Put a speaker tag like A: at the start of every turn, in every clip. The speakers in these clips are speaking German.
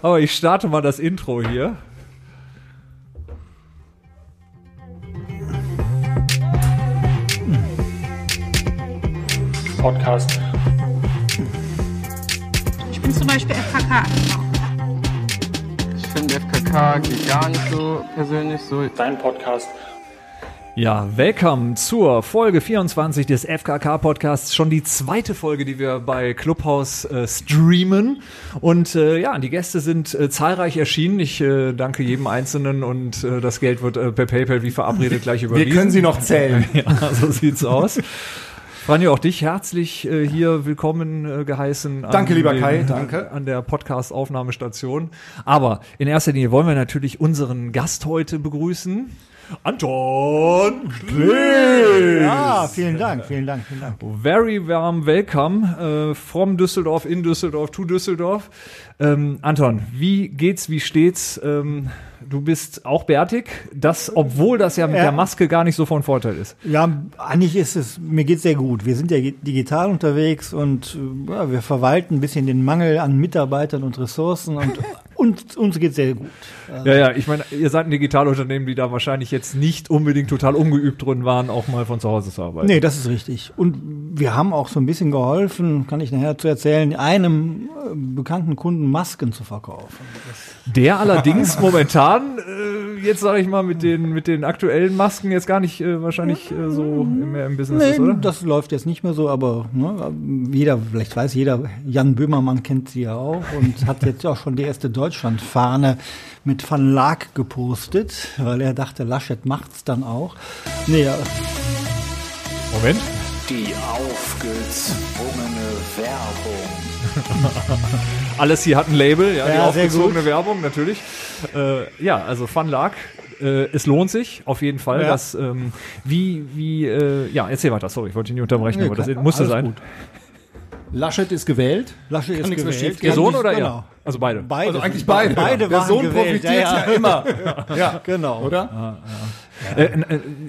A: Aber ich starte mal das Intro hier.
B: Podcast.
C: Ich bin zum Beispiel FKK.
D: Ich finde FKK geht gar nicht so persönlich so.
B: Dein Podcast.
A: Ja, willkommen zur Folge 24 des FKK Podcasts. Schon die zweite Folge, die wir bei Clubhouse äh, streamen. Und äh, ja, die Gäste sind äh, zahlreich erschienen. Ich äh, danke jedem Einzelnen und äh, das Geld wird äh, per PayPal wie verabredet gleich überwiesen.
E: Wir können sie noch zählen.
A: ja, so sieht's aus. Franjo, auch dich herzlich äh, hier willkommen äh, geheißen. an
E: Danke, lieber
A: den-
E: Kai, danke.
A: An der Podcast-Aufnahmestation. Aber in erster Linie wollen wir natürlich unseren Gast heute begrüßen. Anton Klee.
F: Ja, vielen Dank, vielen Dank, vielen Dank.
A: Very warm welcome äh, from Düsseldorf, in Düsseldorf, to Düsseldorf. Ähm, Anton, wie geht's, wie steht's? Ähm, du bist auch bärtig, das, obwohl das ja mit
F: Ja.
A: der Maske gar nicht so von Vorteil ist.
F: Ja, eigentlich ist es, mir geht's sehr gut. Wir sind ja ge- digital unterwegs und äh, ja, wir verwalten ein bisschen den Mangel an Mitarbeitern und Ressourcen und uns, uns geht's sehr gut.
A: Ja, ja, ich meine, ihr seid ein Digitalunternehmen, die da wahrscheinlich jetzt nicht unbedingt total ungeübt drin waren, auch mal von zu Hause zu arbeiten.
F: Nee, das ist richtig. Und wir haben auch so ein bisschen geholfen, kann ich nachher zu erzählen, einem äh, bekannten Kunden Masken zu verkaufen.
A: Der allerdings momentan, äh, jetzt sage ich mal, mit den, mit den aktuellen Masken jetzt gar nicht äh, wahrscheinlich äh, so mehr im Business ist,
F: Nee,
A: oder?
F: das läuft jetzt nicht mehr so, aber ne, jeder, vielleicht weiß jeder, Jan Böhmermann kennt sie ja auch und hat jetzt auch schon die erste Deutschlandfahne mit Van Laak gepostet, weil er dachte, Laschet macht's dann auch. Nee, ja,
A: Moment.
G: Die aufgezwungene Werbung.
A: Alles hier hat ein Label, ja, die
F: Ja, sehr
A: aufgezogene Werbung natürlich. Äh, ja, also Fun Lark. Äh, es lohnt sich auf jeden Fall.
F: Ja.
A: Dass, ähm, wie, wie, äh, ja, erzähl weiter. Sorry, ich wollte dich nicht unterbrechen,
F: Nee,
A: aber das
F: klar,
A: musste
F: alles
A: sein.
F: gut.
E: Laschet ist gewählt.
F: Laschet ist
E: nichts mehr
F: gewählt.
E: schiefgehen.
A: Ihr Sohn oder
F: genau.
A: ihr? Also beide.
F: Beide.
E: Also eigentlich beide.
F: Beide
E: Der
F: waren
E: Sohn
F: gewählt.
E: profitiert ja,
F: ja, ja.
E: immer. Ja,
F: Genau.
E: oder?
A: Äh, äh,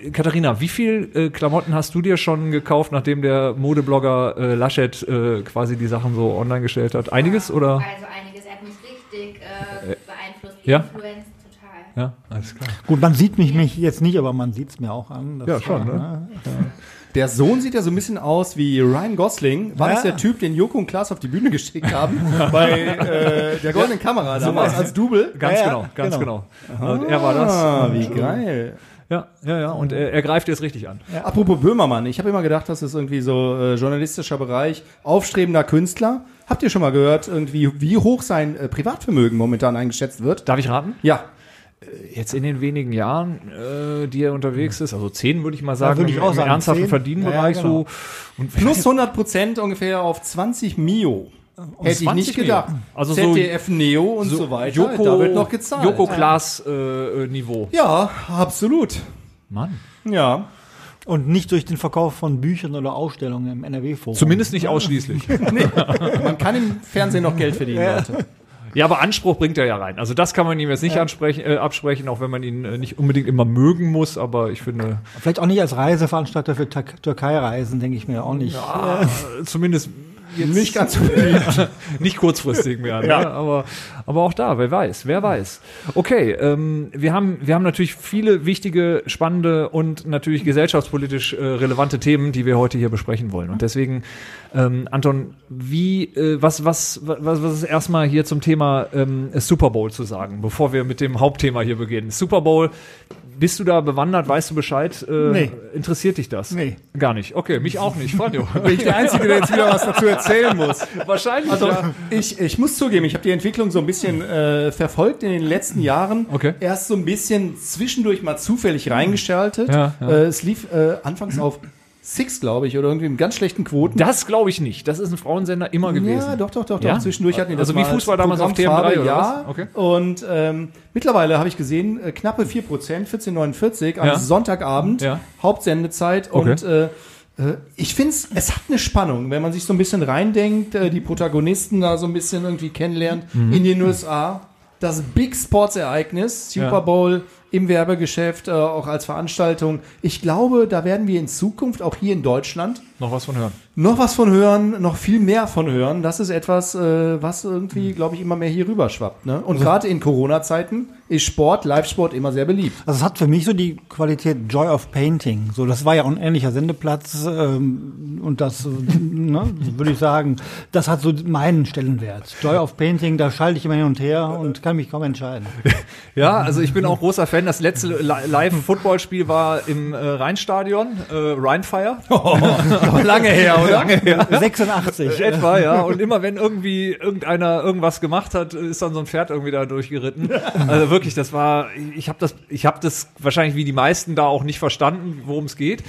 A: äh, Katharina, wie viel äh, Klamotten hast du dir schon gekauft, nachdem der Modeblogger äh, Laschet äh, quasi die Sachen so online gestellt hat? Einiges oder?
H: Also einiges. Er hat mich richtig äh, beeinflusst.
A: ja?
H: Influenced total.
A: Ja, alles klar.
F: Gut, man sieht mich, mich jetzt nicht, aber man sieht's mir auch an. Das
A: Ja, schon, ne?
E: Der Sohn sieht ja so ein bisschen aus wie Ryan Gosling. War
F: Ja.
E: das der Typ, den Joko und Klaas auf die Bühne geschickt haben? bei äh, der goldenen Kamera damals als Double.
A: Ganz
F: Ja, ja,
A: genau, ganz genau. Und er war das.
E: Ah, wie geil.
A: Ja, ja, ja. Und er, er greift jetzt richtig an.
E: Apropos Böhmermann, ich habe immer gedacht, das ist irgendwie so äh, journalistischer Bereich, aufstrebender Künstler. Habt ihr schon mal gehört, irgendwie, wie hoch sein äh, Privatvermögen momentan eingeschätzt wird?
A: Darf ich raten?
E: Ja,
A: Jetzt in den wenigen Jahren, äh, die er unterwegs ist, also zehn würde ich mal sagen,
F: würde ich auch
A: im
F: sagen,
A: ernsthaften
F: zehn.
A: Verdienenbereich
F: Ja, ja, genau.
A: so. Und
E: plus 100 Prozent ungefähr auf 20 Mio. Hätte ich
A: 20
E: nicht gedacht.
A: Mio. Also so-
E: ZDF Neo und so, weiter,
A: Joko,
E: da wird noch gezahlt.
A: Joko Klaas äh, äh, Niveau.
E: Ja, absolut.
A: Mann.
E: Ja.
F: Und nicht durch den Verkauf von Büchern oder Ausstellungen im NRW-Forum.
A: Zumindest nicht ausschließlich.
E: Man kann im Fernsehen noch Geld verdienen, Leute.
A: ja, aber Anspruch bringt er ja rein. Also das kann man ihm jetzt nicht ansprechen, äh, absprechen, auch wenn man ihn äh, nicht unbedingt immer mögen muss, aber ich finde,
F: Vielleicht auch nicht als Reiseveranstalter für Tür- Türkei-Reisen, denke ich mir auch nicht.
A: äh, zumindest jetzt
E: Nicht ganz so
A: nicht kurzfristig mehr, ne? aber, aber auch da, wer weiß, wer weiß. Okay, ähm, wir, haben, wir haben natürlich viele wichtige, spannende und natürlich gesellschaftspolitisch äh, relevante Themen, die wir heute hier besprechen wollen. Und deswegen, ähm, Anton, wie, äh, was, was, was, was ist erstmal hier zum Thema ähm, Super Bowl zu sagen, bevor wir mit dem Hauptthema hier beginnen? Super Bowl. Bist du da bewandert? Weißt du Bescheid? Äh,
F: Nee.
A: Interessiert dich das?
F: Nee.
A: Gar nicht. Okay, mich auch nicht. Franjo.
E: Bin ich der Einzige, der jetzt wieder was dazu erzählen muss.
A: Wahrscheinlich.
E: Also
A: ja.
E: ich, ich muss zugeben, ich habe die Entwicklung so ein bisschen äh, verfolgt in den letzten Jahren.
A: Okay.
E: Erst so ein bisschen zwischendurch mal zufällig reingeschaltet.
A: Ja, ja.
E: Äh, es lief äh, anfangs auf Six, glaube ich, oder irgendwie in ganz schlechten Quoten.
A: Das glaube ich nicht. Das ist ein Frauensender immer gewesen.
E: Ja, doch, doch, doch,
A: Ja?
E: doch. Zwischendurch hatten die
A: Also wie
E: mal als
A: Fußball damals auf
E: Programmfarbe,
A: TM3 oder
E: ja.
A: was? Okay.
E: Und ähm, mittlerweile habe ich gesehen, äh, knappe 4%, 14,49 am
A: Ja.
E: Sonntagabend,
A: Ja.
E: Hauptsendezeit.
A: Okay.
E: Und äh, äh, ich finde es, es hat eine Spannung, wenn man sich so ein bisschen reindenkt, äh, die Protagonisten da so ein
A: Mhm.
E: bisschen irgendwie kennenlernt in den USA. Das Big Sports-Ereignis, Super
A: Ja.
E: Bowl im Werbegeschäft, äh, auch als Veranstaltung. Ich glaube, da werden wir in Zukunft auch hier in Deutschland
A: Noch was von hören.
E: noch was von hören, noch viel mehr von hören. Das ist etwas, äh, was
A: Mhm.
E: irgendwie, glaube ich, immer mehr hier rüber schwappt. Ne?
A: Also
E: Und gerade in Corona-Zeiten ist Sport, Live-Sport immer sehr beliebt.
F: Also es hat für mich so die Qualität Joy of Painting. So, das war ja auch ein ähnlicher Sendeplatz ähm, und das, äh, ne, würde ich sagen, das hat so meinen Stellenwert. Joy of Painting, da schalte ich immer hin und her und kann mich kaum entscheiden.
A: Ja, also ich bin auch großer Fan. Das letzte Li- Live-Footballspiel war im äh, Rheinstadion, äh, Rheinfire. lange her, oder? Lange her.
E: Äh,
F: 86.
A: Etwa, ja. Und immer wenn irgendwie irgendeiner irgendwas gemacht hat, ist dann so ein Pferd irgendwie da durchgeritten. Also wirklich, das war, ich habe das, ich habe das wahrscheinlich wie die meisten da auch nicht verstanden, worum es geht.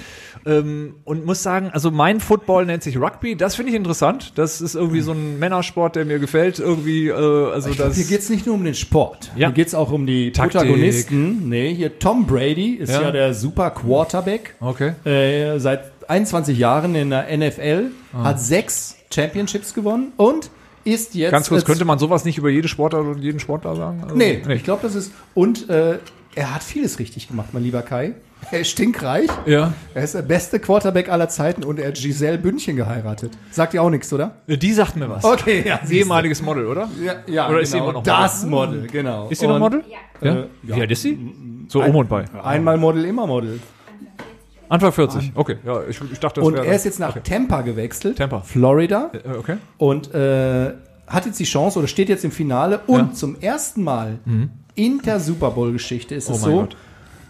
A: Ähm, und muss sagen, also mein Football nennt sich Rugby. Das finde ich interessant. Das ist irgendwie so ein Männersport, der mir gefällt. Irgendwie, äh, also das.
E: Hier geht's nicht nur um den Sport.
A: Ja.
E: Hier geht's auch um die
A: Taktik.
E: Protagonisten. Nee, hier Tom Brady ist
A: Ja.
E: ja, der super Quarterback.
A: okay.
E: Äh, seit 21 Jahren in der NFL.
A: Ah.
E: Hat sechs Championships gewonnen und ist jetzt.
A: Ganz kurz,
E: äh,
A: könnte man sowas nicht über jede Sportart und jeden Sportler sagen? Also,
E: Nee,
A: nee.
E: ich glaube, das ist. Und äh, er hat vieles richtig gemacht, mein lieber Kai. Er ist stinkreich.
A: Ja.
E: Er ist der beste Quarterback aller Zeiten und er hat Giselle Bündchen geheiratet. Sagt ihr auch nichts, oder?
A: Die sagt mir was.
E: Okay, ja.
A: Ehemaliges Model, oder?
E: Ja, ja
A: Oder ist sie
E: genau.
A: immer noch
E: das Model, genau.
A: Ist sie noch
E: Und
A: Model?
H: Ja.
A: Ja. Wie alt ist sie? So um und bei.
E: Einmal Model, immer Model.
A: Anfang 40. Okay, ja, ich, ich dachte, das
E: Und
A: wäre-
E: er ist jetzt nach Tampa gewechselt.
A: Tampa.
E: Florida.
A: Äh, Okay.
E: Und äh, hat jetzt die Chance oder steht jetzt im Finale. Und
A: Ja. Mhm.
E: zum ersten Mal in der Super Bowl-Geschichte ist es
A: Oh mein
E: so,
A: Gott.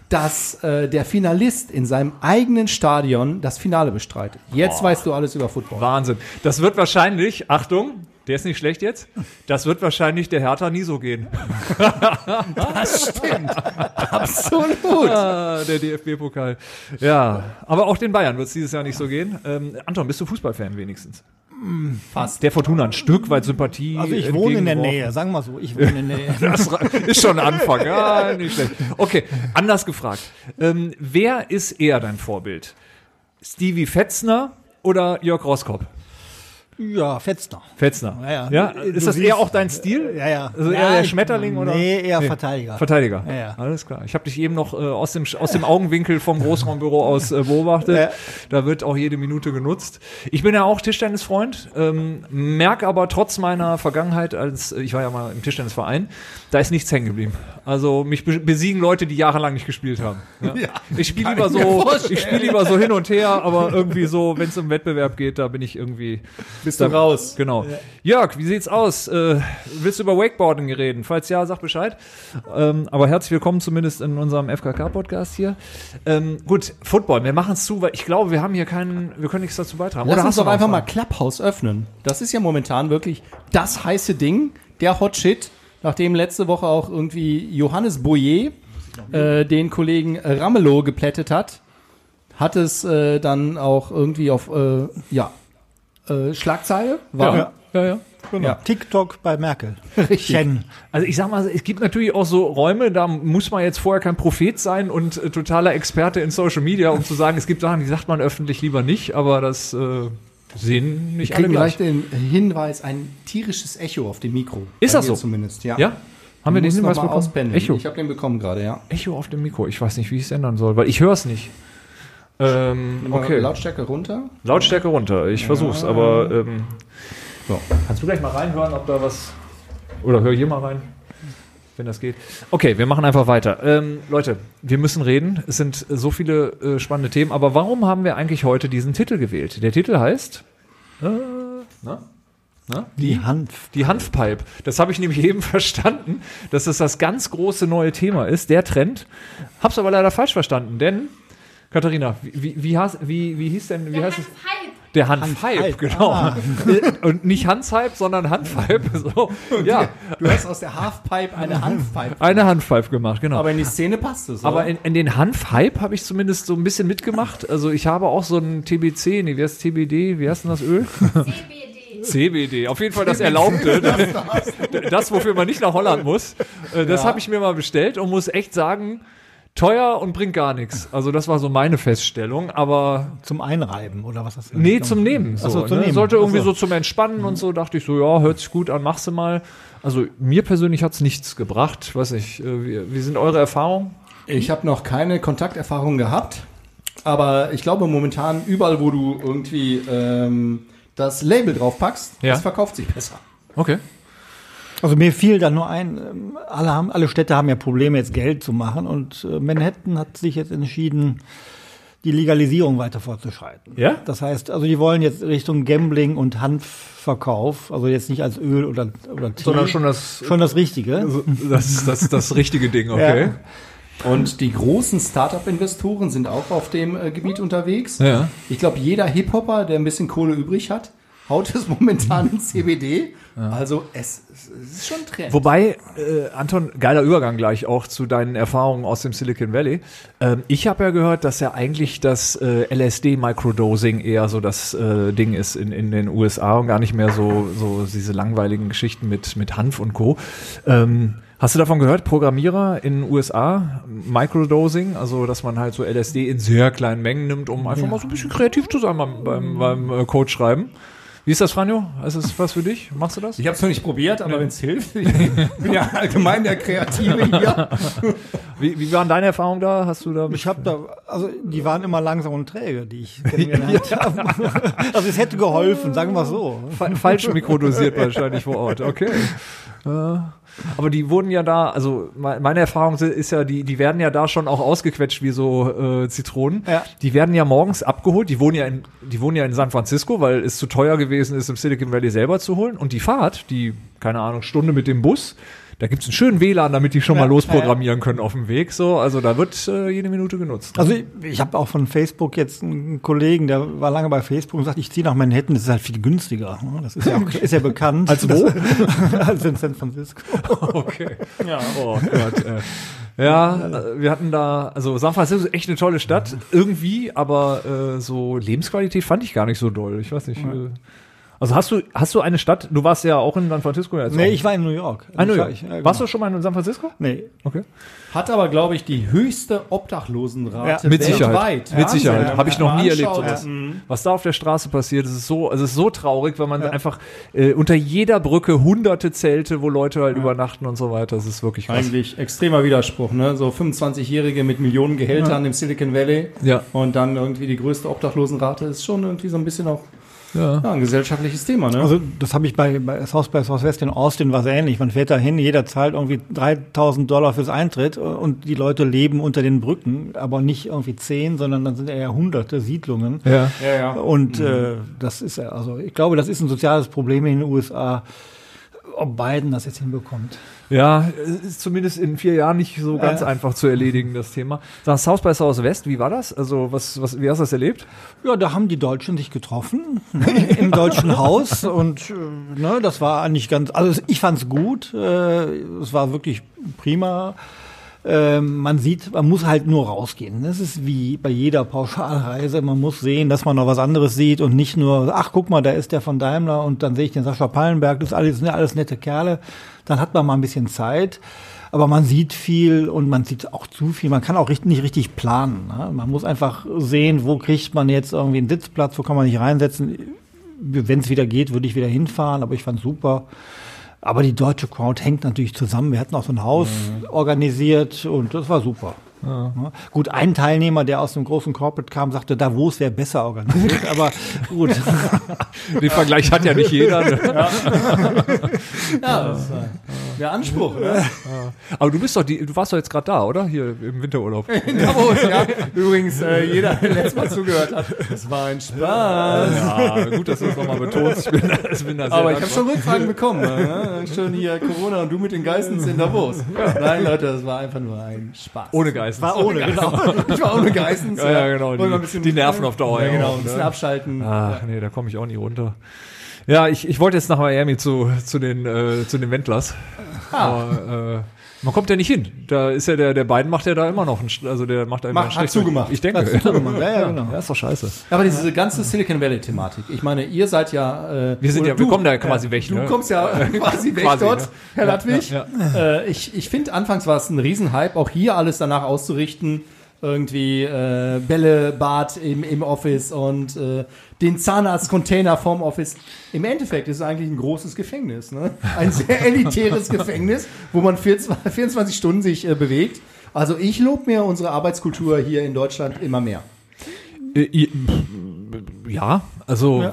E: dass äh, der Finalist in seinem eigenen Stadion das Finale bestreitet. Jetzt weißt du alles über Football.
A: Wahnsinn. Das wird wahrscheinlich, Achtung, der ist nicht schlecht jetzt, das wird wahrscheinlich der Hertha nie so gehen.
E: Absolut.
A: Ah, der DFB-Pokal. Ja, aber auch den Bayern wird es dieses Jahr nicht so gehen. Ähm, Anton, bist du Fußballfan wenigstens?
E: Fast.
A: Der Fortuna ein Stück weit Sympathie.
F: Also ich wohne in der
A: entgegengeworfen.
F: Nähe, sagen wir so, ich wohne in der Nähe.
A: Das ra- ist schon ein Anfang. Ja, nicht schlecht. Okay, anders gefragt. Ähm, wer ist eher dein Vorbild? Stevie Fetzner oder Jörg Roskopf?
F: Ja, Fetzner.
A: Fetzner.
F: Ja, ja. Du
A: Ist das
F: siehst-
A: eher auch dein Stil?
F: Ja, ja.
A: Also
F: Ja,
A: eher der
F: ich-
A: Schmetterling oder?
F: Nee, eher Verteidiger.
A: Verteidiger.
F: Ja, ja.
A: Alles klar. Ich habe dich eben noch äh, aus, dem, Sch- aus dem Augenwinkel vom Großraumbüro aus äh, beobachtet. Da wird auch jede Minute genutzt. Ich bin ja auch Tischtennisfreund, ähm, merke aber trotz meiner Vergangenheit, als äh, ich war ja mal im Tischtennisverein, da ist nichts hängen geblieben. Also mich be besiegen Leute, die jahrelang nicht gespielt haben. Ja. ich spiele lieber so, ich spiele lieber so hin und her, aber irgendwie so, wenn es um Wettbewerb geht, da bin ich irgendwie
E: Bist du raus.
A: Genau. Jörg, wie sieht's aus? Äh, willst du über Wakeboarden reden? Falls ja, sag Bescheid. Ähm, aber herzlich willkommen zumindest in unserem FKK-Podcast hier. Ähm, gut, Football, wir machen es zu, weil ich glaube, wir haben hier keinen, wir können nichts dazu beitragen.
E: Lass uns
A: hast du
E: doch
A: noch
E: einfach mal
A: was?
E: Clubhouse öffnen. Das ist ja momentan wirklich das heiße Ding, der Hot Shit, nachdem letzte Woche auch irgendwie Johannes Boyer äh, den Kollegen Ramelow geplättet hat, hat es äh, dann auch irgendwie auf äh, ja äh, Schlagzeile war
A: Ja. Ja, ja.
F: Genau. TikTok bei Merkel.
E: richtig.
F: Chen.
A: Also ich sag mal, es gibt natürlich auch so Räume, da muss man jetzt vorher kein Prophet sein und äh, totaler Experte in Social Media, um zu sagen, es gibt Sachen, die sagt man öffentlich lieber nicht, aber das äh, sehen nicht
E: Ich
A: alle
E: kriege
A: gleich.
E: gleich den Hinweis, ein tierisches Echo auf dem Mikro.
A: Ist
E: Bei
A: das
E: mir
A: so?
E: Zumindest, ja.
A: Ja? Haben wir den
E: Muss noch
A: Hinweis
E: mal
A: bekommen?
E: auspendeln.
A: Echo.
E: Ich habe den bekommen gerade, ja.
A: Echo auf dem Mikro. Ich weiß nicht, wie ich es ändern soll, weil ich höre es nicht. Ähm,
E: Mal
A: okay.
E: Lautstärke runter.
A: Lautstärke runter. Ich versuch's, aber ähm, kannst du gleich mal reinhören, ob da was. Oder hör hier mal rein, wenn das geht. Okay, wir machen einfach weiter. Ähm, Leute, wir müssen reden. Es sind so viele äh, spannende Themen. Aber warum haben wir eigentlich heute diesen Titel gewählt? Der Titel heißt.
F: Die Hanf.
A: Die Hanfpipe. Das habe ich nämlich eben verstanden, dass das das ganz große neue Thema ist, der Trend. Hab's aber leider falsch verstanden, denn Katharina, wie, wie, wie, hast- wie, wie hieß denn, wie
H: Der
A: heißt es?
H: Hanfhype.
A: Der Hanfpipe,
F: Hanfhype,
A: genau. Und nicht Hanshype, sondern Hanfpipe. So, ja,
E: Du hast aus der Halfpipe eine Halfpipe.
A: eine Hanfpipe gemacht, genau.
E: Aber in die Szene passt es.
A: Aber
E: oder?
A: in, in den Hanf-Hype habe ich zumindest so ein bisschen mitgemacht. Also ich habe auch so ein TBC, nee, wie heißt TBD, wie heißt denn das Öl?
H: CBD.
A: CBD, auf jeden Fall das Erlaubte. das, wofür man nicht nach Holland muss. Äh, Das habe ich mir mal bestellt und muss echt sagen, teuer und bringt gar nichts. Also das war so meine Feststellung, aber
F: Zum Einreiben oder was das ist.
A: nee, zum Nehmen. So,
F: Ach so, zum
A: ne?
F: Nehmen.
A: Sollte
F: Ach
A: irgendwie so.
F: so.
A: zum Entspannen und so, dachte ich so, ja, hört sich gut an, machst du mal. Also mir persönlich hat es nichts gebracht. Weiß nicht, äh, wie, wie sind eure Erfahrungen?
E: Ich habe noch keine Kontakterfahrung gehabt, aber ich glaube momentan überall, wo du irgendwie ähm, das Label draufpackst,
A: Ja.
E: das verkauft sich besser.
A: Okay.
F: Also mir fiel da nur ein, ähm, alle, haben, alle Städte haben ja Probleme, jetzt Geld zu machen. Und äh, Manhattan hat sich jetzt entschieden, die Legalisierung weiter fortzuschreiten.
A: Ja?
F: Das heißt, also die wollen jetzt Richtung Gambling und Hanfverkauf, also jetzt nicht als Öl oder, oder Tee,
A: Sondern schon das,
F: schon das Richtige.
A: das, das, das richtige Ding, okay?
E: Und die großen Startup-Investoren sind auch auf dem äh, Gebiet unterwegs.
A: Ja.
E: Ich glaube, jeder Hip-Hopper, der ein bisschen Kohle übrig hat, haut es momentan in CBD. Also es, es ist schon ein Trend.
A: Wobei, äh, Anton, geiler Übergang gleich auch zu deinen Erfahrungen aus dem Silicon Valley. Ähm, ich habe ja gehört, dass ja eigentlich das äh, LSD-Microdosing eher so das äh, Ding ist in, in den USA und gar nicht mehr so, so diese langweiligen Geschichten mit, mit Hanf und Co. Ähm, hast du davon gehört, Programmierer in den USA, Microdosing, also dass man halt so LSD in sehr kleinen Mengen nimmt, um einfach mal so ein bisschen kreativ zu sein beim, beim, beim äh, Code schreiben? Wie ist das, Franjo? Ist das was für dich? Machst du das?
E: Ich habe es noch nicht probiert, aber wenn es hilft, ich bin ja allgemein der Kreative hier.
A: Wie, wie waren deine Erfahrungen da? Hast du da
F: Ich habe da, also die waren immer langsam und träge, die ich kennengelernt habe. Also es hätte geholfen, sagen wir so.
A: Fa- falsch mikrodosiert wahrscheinlich vor Ort, okay. Äh, Aber die wurden ja da, also me- meine Erfahrung si- ist ja, die, die werden ja da schon auch ausgequetscht wie so äh, Zitronen.
F: Ja.
A: Die werden ja morgens abgeholt, die wohnen ja, in, die wohnen ja in San Francisco, weil es zu teuer gewesen ist, im Silicon Valley selber zu holen. Und die Fahrt, die, keine Ahnung, Stunde mit dem Bus, da gibt's einen schönen WLAN, damit die schon mal losprogrammieren können auf dem Weg. So, also da wird äh, jede Minute genutzt.
F: Also ich, ich habe auch von Facebook jetzt einen Kollegen, der war lange bei Facebook und sagt, ich ziehe nach Manhattan, das ist halt viel günstiger. ne? Das ist ja, auch, ist ja bekannt. Als wo? Als in San Francisco.
A: Okay. Ja. Oh Gott. Äh. Ja, äh, wir hatten da, also San Francisco ist echt eine tolle Stadt, irgendwie, aber äh, so Lebensqualität fand ich gar nicht so doll. Ich weiß nicht. Äh, also hast du, hast du eine Stadt, du warst ja auch in San Francisco jetzt.
F: Nee, ich war in New York.
A: Also ah, New
F: Ich
A: York.
F: war- Ich, ja,
A: Warst du
F: genau.
A: schon mal in San Francisco?
F: Nee.
A: Okay.
E: Hat aber, glaube ich, die höchste Obdachlosenrate
A: Mit Sicherheit.
E: weltweit.
A: Mit Sicherheit.
E: Ja,
A: Habe ich
E: wenn man
A: noch nie erlebt.
E: anschaut,
A: Sowas.
E: ja.
F: Mhm.
A: Was da auf der Straße passiert, das ist so, also es ist so traurig, weil man einfach äh, unter jeder Brücke hunderte Zelte, wo Leute halt übernachten und so weiter. Das ist wirklich krass.
E: Eigentlich extremer Widerspruch, ne? So 25-Jährige mit Millionen Gehältern im Silicon Valley
A: Ja.
E: und dann irgendwie die größte Obdachlosenrate ist schon irgendwie so ein bisschen auch
A: Ja.
E: ja, ein gesellschaftliches Thema, ne?
F: Also das habe ich bei, bei South by Southwest in Austin war es ähnlich. Man fährt da hin, jeder zahlt irgendwie 3000 Dollar fürs Eintritt äh, und die Leute leben unter den Brücken, aber nicht irgendwie zehn, sondern dann sind eher hunderte Siedlungen.
A: Ja.
E: ja, Mhm. ja.
F: Und äh, das ist ja, also ich glaube, das ist ein soziales Problem in den USA, ob Biden das jetzt hinbekommt.
A: Ja, es ist zumindest in vier Jahren nicht so ganz einfach zu erledigen, das Thema. Sag, South by Southwest, wie war das? Also, was, was, wie hast du das erlebt?
F: Ja, da haben die Deutschen sich getroffen ne, im deutschen Haus und äh, ne, das war eigentlich ganz, also ich fand's gut, äh, es war wirklich prima. Ähm, man sieht, man muss halt nur rausgehen. Das ist wie bei jeder Pauschalreise. Man muss sehen, dass man noch was anderes sieht und nicht nur, ach guck mal, da ist der von Daimler und dann sehe ich den Sascha Pallenberg. Das ist alles, sind ja alles nette Kerle. Dann hat man mal ein bisschen Zeit. Aber man sieht viel und man sieht auch zu viel. Man kann auch richt- nicht richtig planen. Ne? Man muss einfach sehen, wo kriegt man jetzt irgendwie einen Sitzplatz, wo kann man nicht reinsetzen. Wenn es wieder geht, würde ich wieder hinfahren, aber ich fand's super. Aber die deutsche Crowd hängt natürlich zusammen. Wir hatten auch so ein Haus
A: Mhm.
F: organisiert und das war super. Ja. Gut, ein Teilnehmer, der aus dem großen Corporate kam, sagte, Davos wäre besser organisiert, aber gut.
A: Den Vergleich hat ja nicht jeder.
E: ne? ja, das war der Anspruch, ne?
A: Aber du bist doch, die, du warst doch jetzt gerade da, oder? Hier im Winterurlaub.
E: Davos, ja. Übrigens, äh, jeder, der letztes Mal zugehört hat, das war ein Spaß.
A: Ja, gut, dass du das nochmal betonst. Ich bin, da- ich bin da sehr
E: Aber ich habe
A: dankbar.
E: schon Rückfragen bekommen. Ne? Schön hier Corona und du mit den Geistens in Davos. Nein, Leute, das war einfach nur ein Spaß.
A: ohne Geist.
F: War ohne, genau.
E: Ich war ohne Geistens.
A: Ja, ja, genau,
E: Wollen wir
A: die-
E: ein bisschen,
A: die Nerven auf Dauer,
E: Ja,
A: ja,
E: genau.
A: auch,
E: Ein bisschen
A: ne?
E: abschalten.
A: Ah, nee, da komme ich auch nie runter. Ja, ich, ich wollte jetzt nach Miami zu, zu den, äh, zu den Wendlers.
E: Ah.
A: Aber, äh, man kommt ja nicht hin. Da ist ja der, der beiden macht ja da immer noch einen, Sch- also der macht einen
E: Macht- hat
A: Strich durch.
E: zugemacht.
A: Ich denke.
F: Ja, ja, genau.
A: Ja, ist doch scheiße.
E: Aber diese ganze Silicon Valley-Thematik. Ich meine, ihr seid ja. Äh,
A: Wir sind
E: oder
A: ja, wir kommen da ja quasi weg,
E: Du
A: ne?
E: kommst ja quasi weg
A: Quasi,
E: dort,
A: ne?
E: Herr Ludwig.
A: ja,
E: Äh, ich ich finde, anfangs war es ein Riesenhype, auch hier alles danach auszurichten. Irgendwie äh, Bälle, Bad im, im Office und äh, den Zahnarztcontainer vorm Office. Im Endeffekt ist es eigentlich ein großes Gefängnis. Ne? Ein sehr elitäres Gefängnis, wo man 24, 24 Stunden sich äh, bewegt Also ich lobe mir unsere Arbeitskultur hier in Deutschland immer mehr.
A: Äh, Ja, also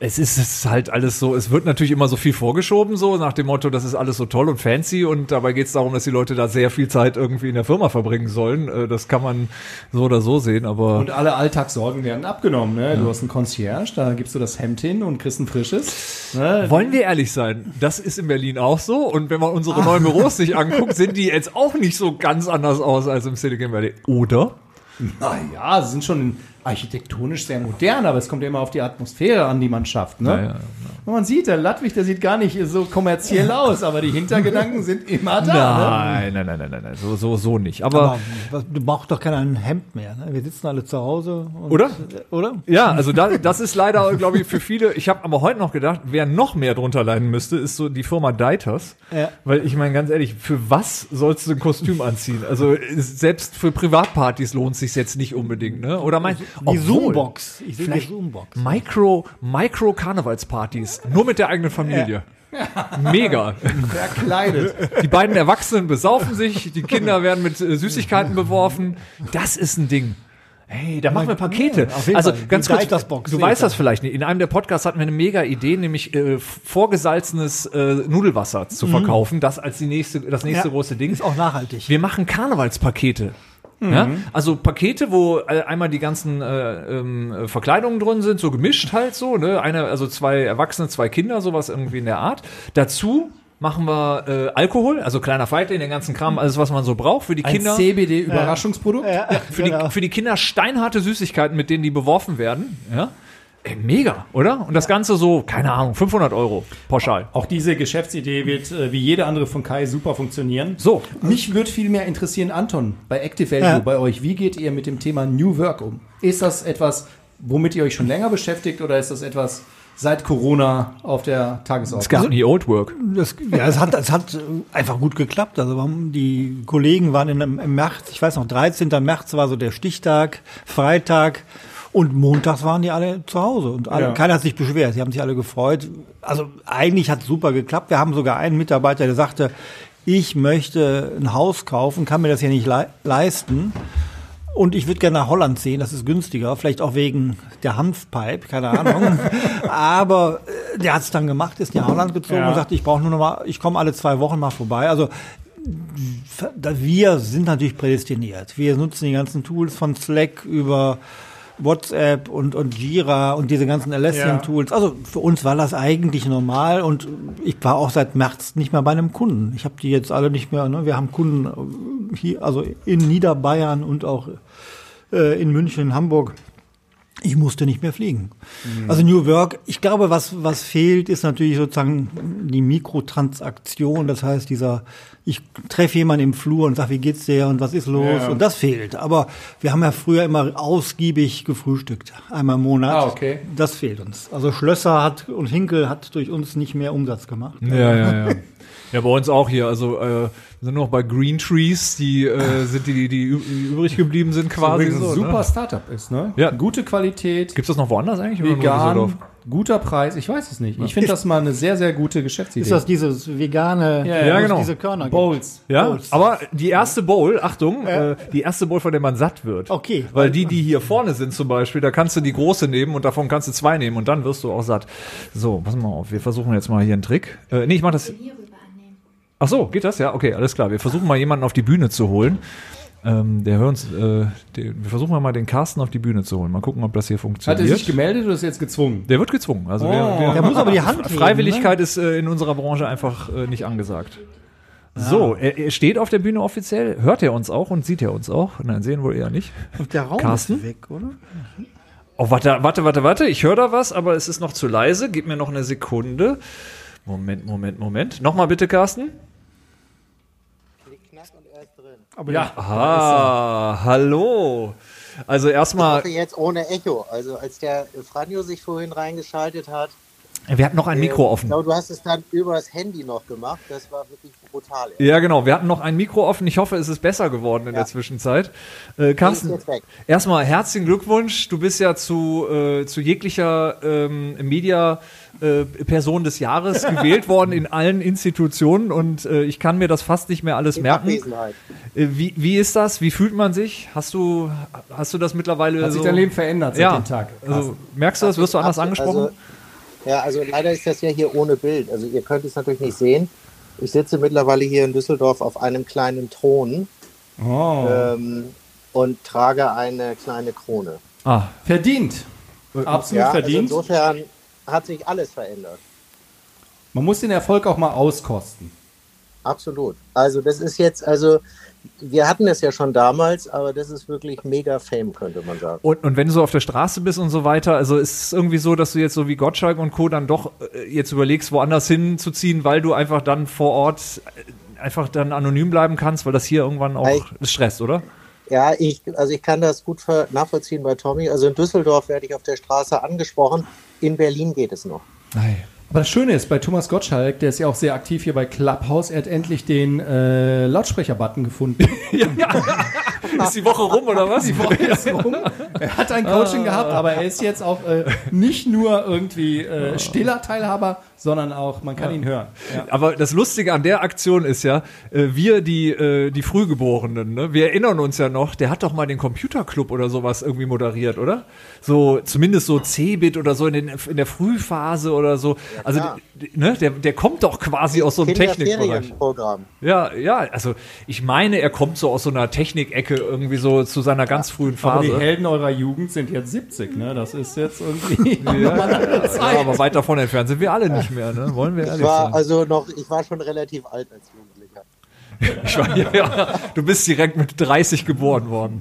A: Es, ist, es ist halt alles so, es wird natürlich immer so viel vorgeschoben, so nach dem Motto, das ist alles so toll und fancy und dabei geht es darum, dass die Leute da sehr viel Zeit irgendwie in der Firma verbringen sollen. Äh, Das kann man so oder so sehen, aber
E: Und alle Alltagssorgen werden abgenommen. Ne? Du hast einen Concierge, da gibst du das Hemd hin und kriegst ein frisches. Ne?
A: wollen wir ehrlich sein, das ist in Berlin auch so und wenn man unsere neuen Büros sich anguckt, sind die jetzt auch nicht so ganz anders aus als im Silicon Valley, oder?
E: Naja, sie sind schon architektonisch sehr modern, aber es kommt ja immer auf die Atmosphäre an, die man schafft. Ne?
A: ja,
E: Und man sieht, der Ludwig, der sieht gar nicht so kommerziell aus, aber die Hintergedanken sind immer da. Ne?
A: Nein, nein, nein, nein, nein, nein, so, so, so nicht. Aber,
F: Aber was- du brauchst doch keiner ein Hemd mehr. Ne? Wir sitzen alle zu Hause. Und,
A: Oder?
F: Oder?
A: Ja, also da, das ist leider, glaube ich, für viele. Ich habe aber heute noch gedacht, wer noch mehr drunter leiden müsste, ist so die Firma Deiters.
F: Ja.
A: Weil ich meine, ganz ehrlich, für was sollst du ein Kostüm anziehen? Also ist- selbst für Privatpartys lohnt sich jetzt nicht unbedingt, ne? Oder mein,
F: Die
A: obwohl,
F: Zoombox. Ich sehe die
A: Vielleicht-
F: Zoombox.
A: Micro, Micro Karnevalspartys, nur mit der eigenen Familie. Mega.
E: Verkleidet.
A: Die beiden Erwachsenen besaufen sich, die Kinder werden mit äh, Süßigkeiten beworfen. Das ist ein Ding. Hey, da machen wir Pakete.
F: auf jeden
A: also
F: Fall.
A: ganz
F: Die
A: kurz,
F: Leitersbox,
A: du
F: sehe ich
A: weißt
F: da.
A: das vielleicht nicht. In einem der Podcasts hatten wir eine mega Idee, nämlich äh, vorgesalzenes äh, Nudelwasser zu verkaufen. Das als die nächste, das nächste
F: Mhm. Ja.
A: große Ding.
F: Ist auch nachhaltig.
A: Wir machen Karnevalspakete. Ja? Also Pakete, wo äh, einmal die ganzen äh, ähm, äh, Verkleidungen drin sind, so gemischt halt so, ne? Eine, also zwei Erwachsene, zwei Kinder, sowas irgendwie in der Art. Dazu machen wir äh, Alkohol, also kleiner Feigling, den ganzen Kram, alles was man so braucht für die
E: Ein
A: Kinder.
E: CBD-Überraschungsprodukt.
A: Für, die, für die Kinder steinharte Süßigkeiten, mit denen die beworfen werden. Ja? Ey, mega, oder? Und das Ganze so, keine Ahnung, 500 Euro pauschal.
E: Auch diese Geschäftsidee wird äh, wie jede andere von Kai super funktionieren.
A: So.
E: Mich würde viel mehr interessieren, Anton, bei Active Value,
F: Ja.
E: bei euch, wie geht ihr mit dem Thema New Work um? Ist das etwas, womit ihr euch schon länger beschäftigt oder ist das etwas seit Corona auf der Tagesordnung?
A: Garten hier Old Work.
F: Das, ja, es hat, es hat äh, einfach gut geklappt. Also wir haben- die Kollegen waren in, im März, ich weiß noch, 13. März war so der Stichtag, Freitag und montags waren die alle zu Hause und alle,
E: Ja.
F: keiner hat sich beschwert. Sie haben sich alle gefreut. Also eigentlich hat es super geklappt. Wir haben sogar einen Mitarbeiter, der sagte, ich möchte ein Haus kaufen, kann mir das ja nicht lei- leisten. Und ich würde gerne nach Holland sehen, das ist günstiger, vielleicht auch wegen der Hanfpipe, keine Ahnung. Aber äh, der hat es dann gemacht, ist nach Holland gezogen
E: Ja.
F: und sagt, ich brauche nur noch mal, ich komme alle zwei Wochen mal vorbei. Also f- da- wir sind natürlich prädestiniert. Wir nutzen die ganzen Tools von Slack über WhatsApp und, und Jira und diese ganzen Alessian-Tools. Also für uns war das eigentlich normal und ich war auch seit März nicht mehr bei einem Kunden. Ich habe die jetzt alle nicht mehr, ne? wir haben Kunden äh, hier, also in Niederbayern und auch äh, in München, in Hamburg. Ich musste nicht mehr fliegen.
E: Mhm.
F: Also New Work, ich glaube, was, was fehlt, ist natürlich sozusagen die Mikrotransaktion. Das heißt, dieser, ich treffe jemanden im Flur und sage, wie geht's dir und was ist los?
E: Ja.
F: Und das fehlt. Aber wir haben ja früher immer ausgiebig gefrühstückt, einmal im Monat.
E: Ah, okay.
F: Das fehlt uns. Also Schlösser hat und Hinkel hat durch uns nicht mehr Umsatz gemacht.
A: Ja, ja, ja. Ja, bei uns auch hier. Also äh, wir sind noch bei Green Trees, die äh, sind die, die, die ü- übrig geblieben sind quasi.
E: Übrigens ein
A: So,
E: super
A: Ne?
E: Startup ist, ne?
A: Ja. Genau,
E: Gute Qualität,
A: Gibt's das noch woanders eigentlich? oder nur in
E: vegan,
A: Düsseldorf?
E: guter Preis, ich weiß es nicht. Ich finde das mal eine sehr, sehr gute Geschäftsidee.
F: Ist das dieses vegane,
E: Ja, ja,
F: wo es
A: genau.
F: diese Körner gibt?
E: Bowls?
A: Ja,
F: Bowls.
A: aber die erste Bowl, Achtung, äh, die erste Bowl, von der man satt wird.
F: Okay.
A: Weil die, die hier vorne sind zum Beispiel, da kannst du die große nehmen und davon kannst du zwei nehmen und dann wirst du auch satt. So, pass mal auf, wir versuchen jetzt mal hier einen Trick. Äh, nee, ich mach das.
H: Hier rüber annehmen.
A: Ach so, geht das? Ja, okay, alles klar. Wir versuchen mal jemanden auf die Bühne zu holen. Ähm, der hört uns, äh, den, wir versuchen mal den Carsten auf die Bühne zu holen. Mal gucken, ob das hier
E: Hat
A: funktioniert.
E: er sich gemeldet oder ist jetzt gezwungen?
A: der wird gezwungen. Also wir, wir,
F: Der muss aber die Hand heben, ne?
A: Freiwilligkeit ist äh, in unserer Branche einfach äh, nicht angesagt. So, er, er steht auf der Bühne offiziell. Hört er uns auch und sieht er uns auch? Nein, sehen wohl eher nicht.
F: Ne? Und der Raum
A: Carsten?
F: ist weg, oder?
A: Oh, warte, warte, warte, warte. Ich höre da was, aber es ist noch zu leise. Gib mir noch eine Sekunde. Moment, Moment, Moment. Nochmal bitte, Carsten.
E: Ja.
A: Ah, hallo. Also erstmal,
B: mache jetzt ohne Echo. Also als der Franjo sich vorhin reingeschaltet hat.
A: wir hatten noch ein Mikro
B: äh,
A: offen.
B: Genau, du hast es dann übers Handy noch gemacht. Das war wirklich brutal. ey.
A: Ja, genau. Wir hatten noch ein Mikro offen. Ich hoffe, es ist besser geworden in der Zwischenzeit. Äh, Carsten,
B: jetzt weg.
A: erstmal herzlichen Glückwunsch. Du bist ja zu, äh, zu jeglicher ähm, Media. äh, Person des Jahres gewählt worden in allen Institutionen und äh, ich kann mir das fast nicht mehr alles merken.
B: Abwesenheit.
A: Äh, Wie, wie ist das? Wie fühlt man sich? Hast du, hast du das mittlerweile
E: Hat
A: so?
E: sich dein Leben verändert seit
A: Also, ja.
E: dem Tag?
A: Also, merkst du das? Wirst du anders
B: Absolut,
A: angesprochen?
B: Also, ja, also leider ist das ja hier ohne Bild. Also ihr könnt es natürlich nicht sehen. Ich sitze mittlerweile hier in Düsseldorf auf einem kleinen Thron
E: Oh.
B: ähm, und trage eine kleine Krone.
A: ah,
E: verdient. Absolut
B: Ja, also
E: verdient.
B: insofern hat sich alles verändert.
E: Man muss den Erfolg auch mal auskosten.
B: Absolut. Also das ist jetzt, also wir hatten es ja schon damals, aber das ist wirklich mega Fame, könnte man sagen.
A: Und, und wenn du so auf der Straße bist und so weiter, also ist es irgendwie so, dass du jetzt so wie Gottschalk und Co. dann doch äh, jetzt überlegst, woanders hinzuziehen, weil du einfach dann vor Ort äh, einfach dann anonym bleiben kannst, weil das hier irgendwann auch
B: Ei.
A: es stresst, oder?
B: Ja, ich, also ich kann das gut ver- nachvollziehen bei Tommy. Also in Düsseldorf werde ich auf der Straße angesprochen. In Berlin geht es noch.
A: Nein.
E: Aber das Schöne ist, bei Thomas Gottschalk, der ist ja auch sehr aktiv hier bei Clubhouse, er hat endlich den äh, Lautsprecher-Button gefunden.
A: Ist die Woche rum, oder was?
E: Die Woche ist rum. Er hat ein Coaching gehabt, aber er ist jetzt auch äh, nicht nur irgendwie äh, stiller Teilhaber, sondern auch, man kann ihn hören. Ja.
A: Aber das Lustige an der Aktion ist ja, äh, wir, die, äh, die Frühgeborenen, ne, wir erinnern uns ja noch, der hat doch mal den Computerclub oder sowas irgendwie moderiert, oder? So, zumindest so Cebit oder so in, den, in der Frühphase oder so. also,
B: klar.
A: d- d- ne, der, der kommt doch quasi aus so einem Technikbereich.
B: Kinderferienprogramm.
A: Ja, ja, also ich meine, er kommt so aus so einer Technikecke irgendwie so zu seiner ganz frühen
E: Aber die
A: Phase.
E: Helden eurer Jugend sind jetzt 70, ne? Das ist jetzt irgendwie.
A: Ja, aber weit davon entfernt sind wir alle nicht mehr, ne? Wollen wir
B: Ich
A: ehrlich
B: war
A: sein.
B: also noch, ich war schon relativ alt als Jugendlicher.
A: Ich war, ja, ja, du bist direkt mit 30 geboren worden.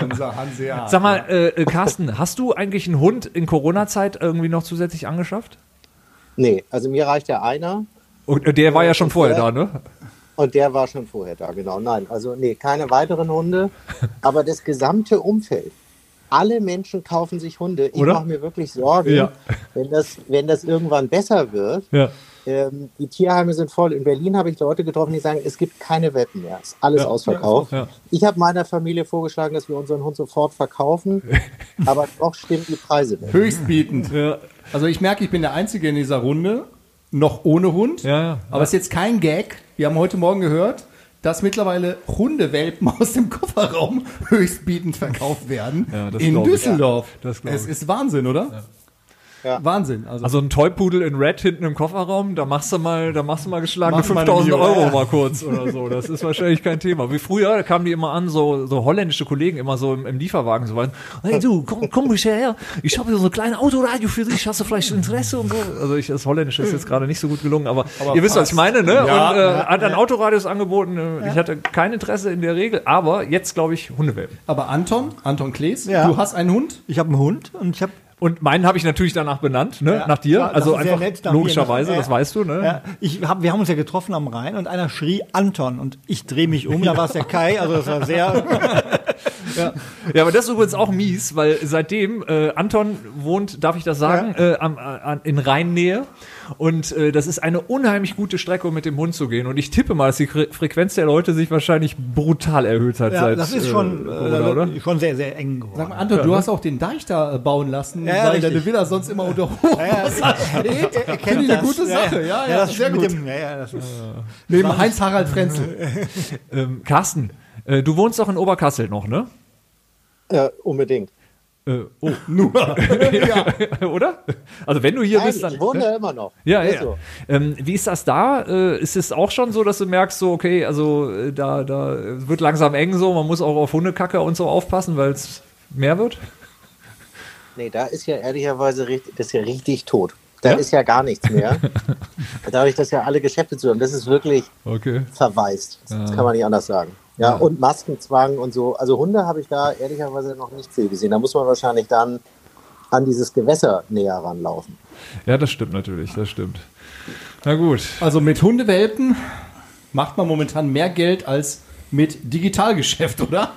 E: Unser Hanseat.
A: Sag mal, äh, äh, Carsten, hast du eigentlich einen Hund in Corona-Zeit irgendwie noch zusätzlich angeschafft?
B: Nee, also mir reicht ja einer
A: Und äh, der war ja schon vorher da, ne?
B: und der war schon vorher da, genau. Nein, also nee, keine weiteren Hunde, aber das gesamte Umfeld. Alle Menschen kaufen sich Hunde. Ich
A: Oder?
B: mache mir wirklich Sorgen,
A: Ja.
B: wenn, das, wenn das irgendwann besser wird.
A: Ja.
B: Ähm, die Tierheime sind voll. In Berlin habe ich Leute getroffen, die sagen, es gibt keine Welpen mehr. Es ist alles ausverkauft.
A: ja.
B: Ich habe meiner Familie vorgeschlagen, dass wir unseren Hund sofort verkaufen, aber doch stimmen die Preise nicht.
E: Höchstbietend. Also ich merke, ich bin der Einzige in dieser Runde, noch ohne Hund.
A: Ja, ja.
E: Aber es ist jetzt kein Gag. Wir haben heute Morgen gehört, dass mittlerweile Hundewelpen aus dem Kofferraum höchstbietend verkauft werden.
A: Ja, das
E: in
A: glaub ich.
E: Düsseldorf.
A: das glaub
E: es
A: ich.
E: ist Wahnsinn, oder?
B: Ja.
E: Wahnsinn. Also,
A: Also ein Toypudel in Red hinten im Kofferraum, da machst du mal, da machst du mal geschlagene
E: Mach mal
A: 5000
E: eine Mio,
A: Euro
E: ja.
A: mal kurz oder so. Das ist wahrscheinlich kein Thema. Wie früher, da kamen die immer an, so, so holländische Kollegen immer so im, im Lieferwagen so weit. Hey du, komm, komm ruhig her. Ich habe hier so ein kleines Autoradio für dich. Hast du vielleicht Interesse und so? Also ich, das Holländische ist jetzt gerade nicht so gut gelungen, aber, ihr wisst, was ich meine, ne?
E: Ja,
A: und äh, hat dann Autoradios angeboten. äh, Ich hatte kein Interesse in der Regel, aber jetzt glaube ich Hundewelpen.
E: aber Anton, Anton Klees,
F: Ja.
E: du hast einen Hund.
F: Ich habe einen Hund und ich habe
A: Und meinen habe ich natürlich danach benannt, ne? nach dir.
F: klar, das
A: also
F: ist sehr
A: einfach
F: nett, nach mir,
A: logischerweise,
F: ne? Ja.
A: das weißt du, ne?
F: Ja, ich hab, wir haben uns ja getroffen am Rhein und einer schrie Anton und ich drehe mich um, da war es der Kai, also das war sehr.
A: Ja, aber das ist übrigens auch mies, weil seitdem äh, Anton wohnt, darf ich das sagen, äh, am, äh, an, in Rheinnähe. Und äh, das ist eine unheimlich gute Strecke, um mit dem Hund zu gehen. Und ich tippe mal, dass die Fre Frequenz der Leute sich wahrscheinlich brutal erhöht hat
F: Ja,
A: seit
F: das ist
A: äh,
F: schon, äh,
A: Corona, oder?
F: schon sehr, sehr eng
E: Sag
F: geworden.
E: mal, Anton,
A: ne?
E: du hast auch den Deich da äh, bauen lassen,
F: Ja, ja,
E: weil
F: richtig.
E: deine Villa sonst immer unter Hochwasser steht. Finde ich eine gute Sache. Ja, ja,
F: das
E: sehr
F: mit
E: gut.
F: Dem, ja, ja, das ist,
E: Neben Heinz-Harald Frenzel.
A: Ähm, Carsten, äh, du wohnst doch in Oberkassel noch, ne?
B: Äh, unbedingt.
A: Äh, oh, nur. oder? Also wenn du hier
B: Nein,
A: bist, dann.
B: ich wohne ja immer noch. Also,
A: Ja,
B: Ist
A: ja.
B: so.
A: Ähm, wie ist das da? Äh, ist es auch schon so, dass du merkst, so, okay, also äh, da, da wird langsam eng so, man muss auch auf Hundekacke und so aufpassen, weil es mehr wird?
B: Nee, da ist ja ehrlicherweise richtig, das ist ja richtig tot. Da ist ja gar nichts mehr. Dadurch, dass ja alle Geschäfte zu haben, das ist wirklich
A: Okay.
B: verwaist. Das kann man nicht anders sagen. Ja, und Maskenzwang und so. Also Hunde habe ich da ehrlicherweise noch nicht viel gesehen. Da muss man wahrscheinlich dann an dieses Gewässer näher ranlaufen.
A: Ja, das stimmt natürlich, das stimmt. Na gut.
E: Also mit Hundewelpen macht man momentan mehr Geld als mit Digitalgeschäft, oder?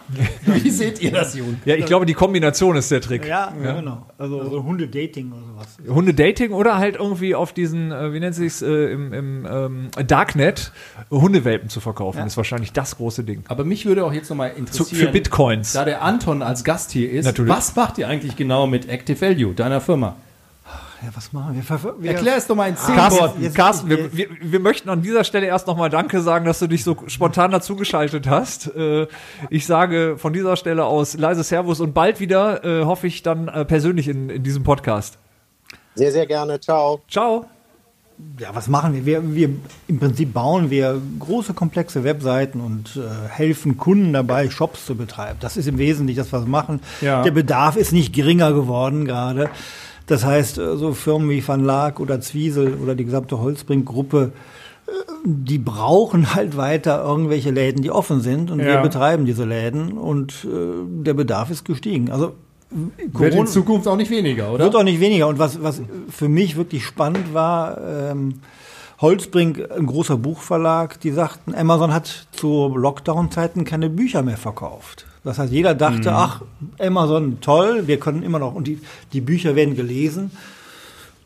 E: Wie seht ihr das, Jun?
A: Ja, ich glaube, die Kombination ist der Trick.
F: ja, genau. Also so Hunde-Dating oder sowas.
A: Hundedating oder halt irgendwie auf diesen, äh, wie nennt sich's, äh, im, im ähm, Darknet Hundewelpen zu verkaufen, ist wahrscheinlich das große Ding.
E: Aber mich würde auch jetzt nochmal
A: Zu,
E: interessieren,
A: für Bitcoins.
E: da der Anton als Gast hier ist,
A: Natürlich.
E: was macht ihr eigentlich genau mit Active Value, deiner Firma?
F: Ja, was machen wir? Ver- wir
E: Erklär es doch mal in zehn Worten.
A: Carsten, Carsten wir, wir, wir möchten an dieser Stelle erst nochmal Danke sagen, dass du dich so spontan dazugeschaltet hast. Äh, Ich sage von dieser Stelle aus leise Servus und bald wieder äh, hoffe ich dann äh, persönlich in, in diesem Podcast.
B: Sehr, sehr gerne. Ciao.
A: Ciao.
F: ja, was machen wir? wir? Wir im Prinzip bauen wir große komplexe Webseiten und äh, helfen Kunden dabei, Shops zu betreiben. Das ist im Wesentlichen das, was wir machen.
E: Ja.
F: Der Bedarf ist nicht geringer geworden gerade. Das heißt, äh, so Firmen wie Van Laak oder Zwiesel oder die gesamte Holzbrink-Gruppe, äh, die brauchen halt weiter irgendwelche Läden, die offen sind und wir
E: Ja.
F: betreiben diese Läden und äh, der Bedarf ist gestiegen. Also
E: Wird in Zukunft auch nicht weniger, oder?
F: Wird auch nicht weniger. Und was, was für mich wirklich spannend war, ähm, Holzbrink, ein großer Buchverlag, die sagten, Amazon hat zu Lockdown-Zeiten keine Bücher mehr verkauft. Das heißt, jeder dachte, ach, Amazon, toll, wir können immer noch, und die, die Bücher werden gelesen.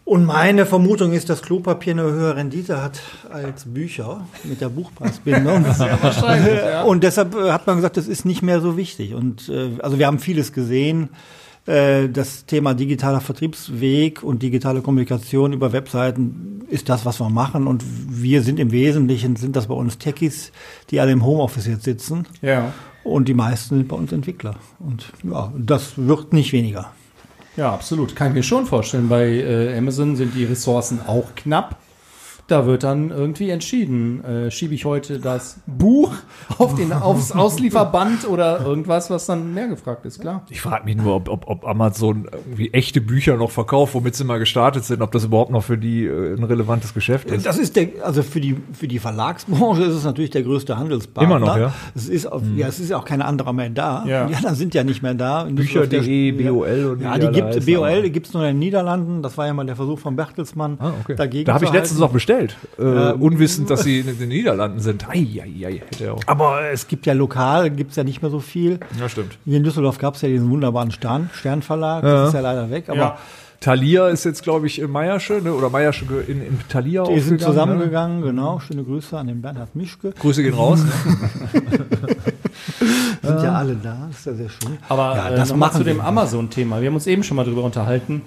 F: Und meine Vermutung ist, dass Klopapier eine höhere Rendite hat als Bücher mit der Buchpreisbindung. Und deshalb äh, hat man gesagt, das ist nicht mehr so wichtig. Und äh, also wir haben vieles gesehen. Äh, Das Thema digitaler Vertriebsweg und digitale Kommunikation über Webseiten ist das, was wir machen. Und wir sind im Wesentlichen, sind das bei uns Techies, die alle im Homeoffice jetzt sitzen.
E: Ja.
F: Und die meisten sind bei uns Entwickler. Und ja, das wird nicht weniger.
E: Ja, absolut. Kann ich mir schon vorstellen. Bei äh, Amazon sind die Ressourcen auch knapp. Da wird dann irgendwie entschieden, äh, schiebe ich heute das Buch auf den, aufs Auslieferband oder irgendwas, was dann mehr gefragt ist, klar.
A: Ich frage mich nur, ob, ob, ob Amazon irgendwie echte Bücher noch verkauft, womit sie mal gestartet sind, ob das überhaupt noch für die äh, ein relevantes Geschäft ist.
F: Das ist der, also für die, für die Verlagsbranche ist es natürlich der größte Handelspartner.
A: Immer noch, ja. Mhm.
F: Es ist, auf, ja, es ist ja auch kein anderer mehr da.
E: Ja.
F: Die anderen sind ja nicht mehr da.
A: Bücher.de, BOL und
F: und
A: wie
F: Ja,
A: die
F: die
A: alle
F: gibt,
A: heißen,
F: BOL
A: aber-
F: gibt es nur in den Niederlanden. Das war ja mal der Versuch von Bertelsmann.
A: Ah, okay.
F: dagegen
A: da habe
F: zu
A: ich letztens
F: halten.
A: noch bestellt, äh, unwissend, dass sie in den Niederlanden sind. Ei, ei, ei, hätte er auch.
F: Aber es gibt ja lokal, gibt es ja nicht mehr so viel.
A: Ja, stimmt.
F: Hier in Düsseldorf gab es ja diesen wunderbaren Stern, Sternverlag. Das ist ja leider weg. Aber
E: Ja.
A: Thalia ist jetzt, glaube ich, in Meiersche, ne? oder Meiersche ge- in, in Thalia
F: die sind
A: aufgegangen, ne?
F: zusammengegangen, genau. Schöne Grüße an den Bernhard Mischke.
A: Grüße gehen raus. Ne?
F: Sind ja alle da. Das ist ja sehr schön.
E: Aber
F: ja,
E: äh,
F: das
E: noch mal
F: machen
E: zu dem
F: wir.
E: Amazon-Thema. Wir haben uns eben schon mal drüber unterhalten.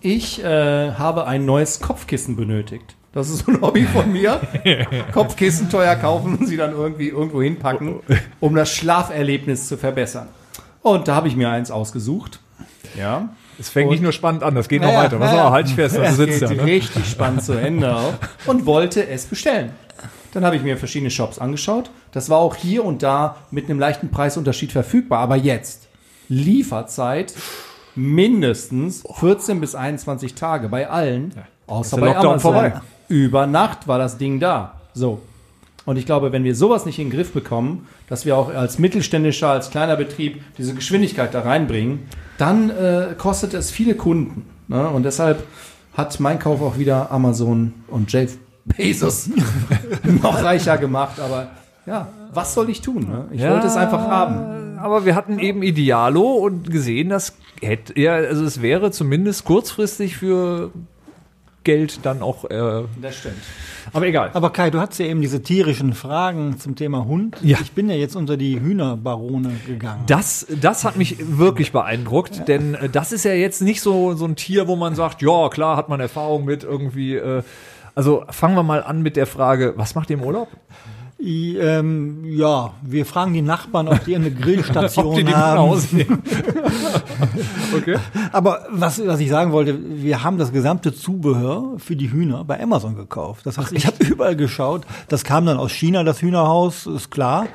E: Ich äh, habe ein neues Kopfkissen benötigt. Das ist so ein Hobby von mir. Kopfkissen teuer kaufen und sie dann irgendwie irgendwo
F: Oh,
E: hinpacken, um das Schlaferlebnis zu verbessern. Und da habe ich mir eins ausgesucht. Ja.
A: Es fängt nicht nur spannend an, das geht noch
E: Ja,
A: weiter. Was
E: ja,
A: aber, halt ich fest,
E: Das
A: also sitzt
E: geht
A: ja. Ne?
E: richtig spannend zu Ende auch. Und wollte es bestellen. Dann habe ich mir verschiedene Shops angeschaut. Das war auch hier und da mit einem leichten Preisunterschied verfügbar. Aber jetzt Lieferzeit mindestens 14 bis 21 Tage bei allen, außer
A: der
E: bei
A: Lockdown
E: Amazon.
A: vorbei.
E: Über Nacht war das Ding da. So. Und ich glaube, wenn wir sowas nicht in den Griff bekommen, dass wir auch als mittelständischer, als kleiner Betrieb diese Geschwindigkeit da reinbringen, dann äh, kostet es viele Kunden. Ne? Und deshalb hat mein Kauf auch wieder Amazon und Jeff Bezos noch reicher gemacht. Aber ja, was soll ich tun? Ne? Ich
A: Ja.
E: wollte es einfach haben.
A: Aber wir hatten eben Idealo und gesehen, das hätte ja, also es wäre zumindest kurzfristig für Geld dann auch. Äh,
E: Das stimmt.
A: aber egal.
F: Aber Kai, du hattest ja eben diese tierischen Fragen zum Thema Hund.
A: Ja.
F: Ich bin ja jetzt unter die Hühnerbarone gegangen.
A: Das, das hat mich wirklich beeindruckt, denn äh, das ist ja jetzt nicht so, so ein Tier, wo man sagt, ja, klar, hat man Erfahrung mit irgendwie. Äh, also fangen wir mal an mit der Frage, was macht ihr im Urlaub?
F: I, ähm, ja, wir fragen die Nachbarn, ob die eine Grillstation
A: Ob die die
F: haben.
A: aussehen? okay.
F: Aber was, was ich sagen wollte, wir haben das gesamte Zubehör für die Hühner bei Amazon gekauft. Das heißt, ich habe überall geschaut. Das kam dann aus China, das Hühnerhaus, ist klar.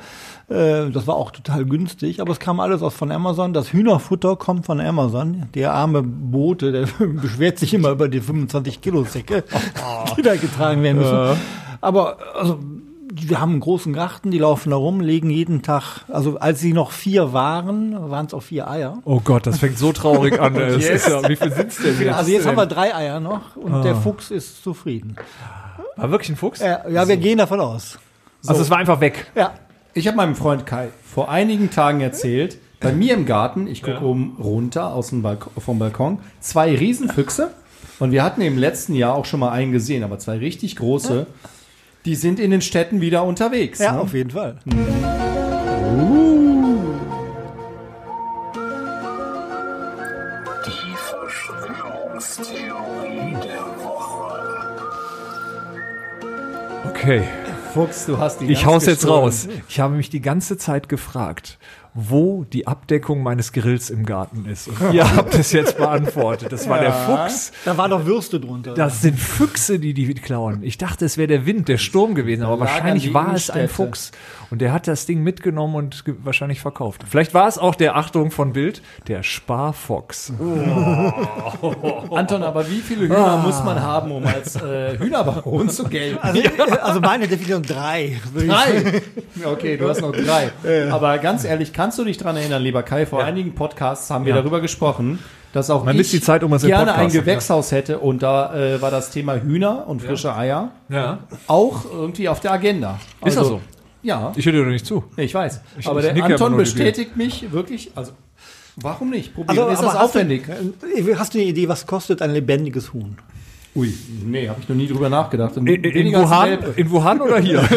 F: Äh, Das war auch total günstig, aber es kam alles aus von Amazon. Das Hühnerfutter kommt von Amazon. Der arme Bote, der beschwert sich immer über die 25 Kilo Säcke, die da getragen werden müssen. Aber also, wir haben einen großen Garten, die laufen da rum, legen jeden Tag, also als sie noch vier waren, waren es auch vier Eier.
A: Oh Gott, das fängt so traurig an. ey. Es ist ja, wie viel sind's denn jetzt?
F: Also jetzt haben wir drei Eier noch und der Fuchs ist zufrieden.
A: War wirklich ein Fuchs?
F: Ja, ja wir gehen davon aus.
A: Also es war einfach weg.
F: Ja.
E: Ich habe meinem Freund Kai vor einigen Tagen erzählt, bei mir im Garten, ich gucke oben runter aus dem Balkon, vom Balkon, zwei Riesenfüchse. Und wir hatten im letzten Jahr auch schon mal einen gesehen, aber zwei richtig große. Die sind in den Städten wieder unterwegs.
F: Ja,
E: ne?
F: auf jeden Fall.
G: Die Verschwörungstheorie.
A: Okay.
E: Fuchs, du hast die
A: Ich
E: ganz
A: hau's jetzt
E: gestohlen.
A: raus. Ich habe mich die ganze Zeit gefragt, wo die Abdeckung meines Grills im Garten ist. Und ihr habt es jetzt beantwortet. Das war der Fuchs.
F: Da waren doch Würste drunter.
A: Das sind Füchse, die die klauen. Ich dachte, es wäre der Wind, der Sturm gewesen, aber
E: Lager
A: wahrscheinlich
E: die
A: war es ein
E: Innenstädte.
A: Fuchs. Und der hat das Ding mitgenommen und ge- wahrscheinlich verkauft. Vielleicht war es auch der Achtung von Bild, der Sparfuchs.
E: Anton, aber wie viele Hühner muss man haben, um als äh, Hühnerbaron zu gelten?
F: Ah. also, also meine Definition drei. würde ich
E: Drei. Okay, du hast noch drei. Aber ganz ehrlich, kannst du dich dran erinnern, lieber Kai, vor einigen Podcasts haben wir darüber gesprochen, dass auch
A: Man
E: ich
A: misst die Zeit, um es im
E: gerne ein
A: Podcast zu
E: Gewächshaus hätte und da äh, war das Thema Hühner und frische Eier
A: Ja.
E: auch irgendwie auf der Agenda. Also,
A: Ist das so?
E: Ja,
A: Ich höre dir doch nicht zu.
E: ich weiß. aber
A: ich
E: der
A: nicke aber
E: Anton
A: nur die Bier.
E: bestätigt mich wirklich, also warum nicht? Probieren
F: Also,
E: ist
F: aber
E: das aufwendig.
F: sagen. Hast du eine Idee, was kostet ein lebendiges Huhn?
E: Ui, nee, habe ich noch nie drüber nachgedacht.
A: In, in,
E: Weniger als ein
A: Wuhan,
E: Welpe.
A: in Wuhan oder hier?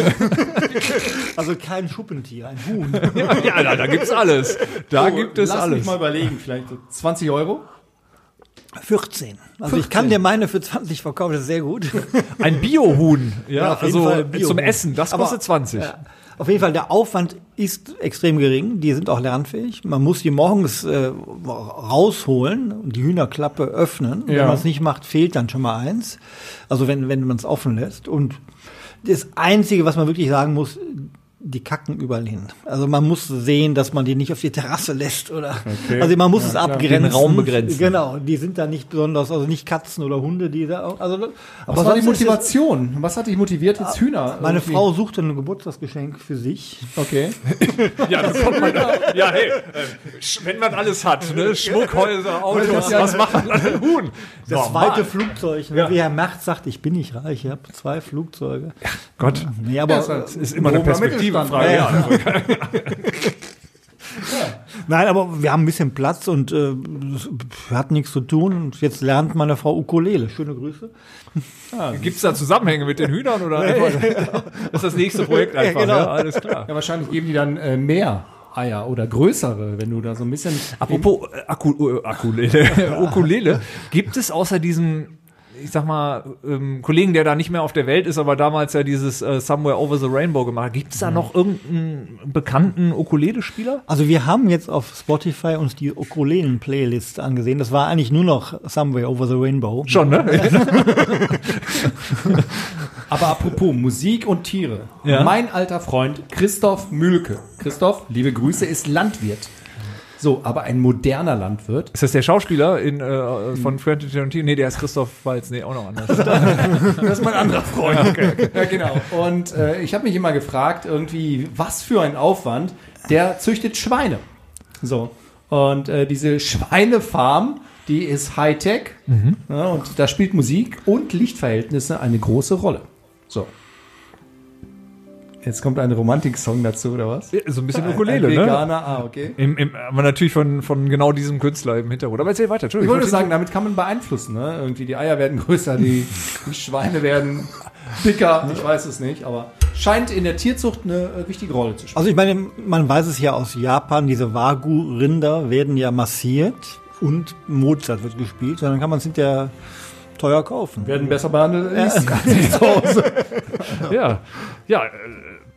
F: Also kein Schuppentier, ein Huhn.
A: ja, da, da gibt's alles. Da gibt es
E: Lass mich
A: alles.
E: mal überlegen, vielleicht so 20 Euro?
F: 14. Also ich kann dir meine für 20 verkaufen, das ist sehr gut.
A: Ein Biohuhn. Ja,
F: Ja, auf jeden
A: also
F: Fall Biohuhn.
A: zum Essen. Das
F: Aber-
A: kostet 20.
F: Ja. Auf jeden Fall, der Aufwand ist extrem gering. Die sind auch lernfähig. Man muss die morgens äh, rausholen und die Hühnerklappe öffnen.
E: Ja.
F: Wenn man es nicht macht, fehlt dann schon mal eins. Also wenn, wenn man es offen lässt. Und das Einzige, was man wirklich sagen muss, die kacken überall hin. Also man muss sehen, dass man die nicht auf die Terrasse lässt oder. Also man muss es abgrenzen.
A: Den Raum begrenzen.
F: Genau, die sind da nicht besonders, also nicht Katzen oder Hunde, die da. Also, aber
E: Was war die
F: sonst ist es-
E: Motivation? Was hat dich motiviert,
A: Ah,
E: jetzt Hühner?
F: meine
E: irgendwie-
F: Frau suchte ein Geburtstagsgeschenk für sich.
E: Okay.
A: Ja, da kommt man, ja hey, äh, sch- wenn man alles hat, ne? Schmuckhäuser, Autos, was macht man an einem Huhn?
F: Das
A: Normal.
F: zweite Flugzeug. Ne? Wie Herr Macht sagt, ich bin nicht reich, ich habe zwei Flugzeuge.
A: Gott,
F: Nee, aber,
A: das ist immer eine Perspektivenfrage.
F: Mittelstand,
A: Ja.
F: nein, aber wir haben ein bisschen Platz und äh, das hat nichts zu tun. Und jetzt lernt meine Frau Ukulele. Schöne Grüße.
A: Gibt es da Zusammenhänge mit den Hühnern oder einfach, das ist das nächste Projekt einfach?
F: genau.
A: Ja, alles klar.
E: Ja, wahrscheinlich geben die dann äh, mehr Eier oder größere, wenn du da so ein bisschen.
A: Apropos äh, Akku, äh, Akulele, Ukulele, gibt es außer diesem, ich sag mal, ähm, Kollegen, der da nicht mehr auf der Welt ist, aber damals ja dieses äh, Somewhere Over the Rainbow gemacht hat, gibt es
E: Mhm.
A: da noch irgendeinen bekannten Ukulele-Spieler?
F: Also wir haben jetzt auf Spotify uns die Ukulelen-Playlist angesehen. Das war eigentlich nur noch Somewhere Over the Rainbow.
A: Schon, ne?
E: Aber apropos Musik und Tiere.
A: Ja.
E: Mein alter Freund Christoph Mühlke. Christoph, liebe Grüße, ist Landwirt. So, aber ein moderner Landwirt.
A: Ist das der Schauspieler in,
E: Mhm.
A: äh, von Quentin Tarantino? Nee, der ist Christoph Walz. Nee, auch noch anders.
E: Das ist mein anderer Freund.
A: Ah,
E: Ja, genau. Und äh, ich habe mich immer gefragt, irgendwie, was für ein Aufwand. Der züchtet Schweine. So. Und äh, diese Schweinefarm, die ist Hightech.
A: Mhm.
E: Ja, und da spielt Musik und Lichtverhältnisse eine große Rolle. So. Jetzt kommt ein Romantik-Song dazu, oder was?
A: So ein bisschen Ukulele,
E: ein
A: ne?
E: Veganer, ah, okay.
A: Im, im, aber natürlich von, von genau diesem Künstler im Hintergrund. Aber erzähl weiter,
E: Ich
A: Entschuldigung.
E: wollte sagen, damit kann man beeinflussen, ne? Irgendwie die Eier werden größer, die, die Schweine werden dicker, ich weiß es nicht, aber scheint in der Tierzucht eine äh, wichtige Rolle zu spielen.
F: Also ich meine, man weiß es ja aus Japan, diese Wagyu-Rinder werden ja massiert und Mozart wird gespielt. Und dann kann man es hinterher teuer kaufen.
E: werden besser behandelt als die zu Hause.
A: Ja, ja. Äh,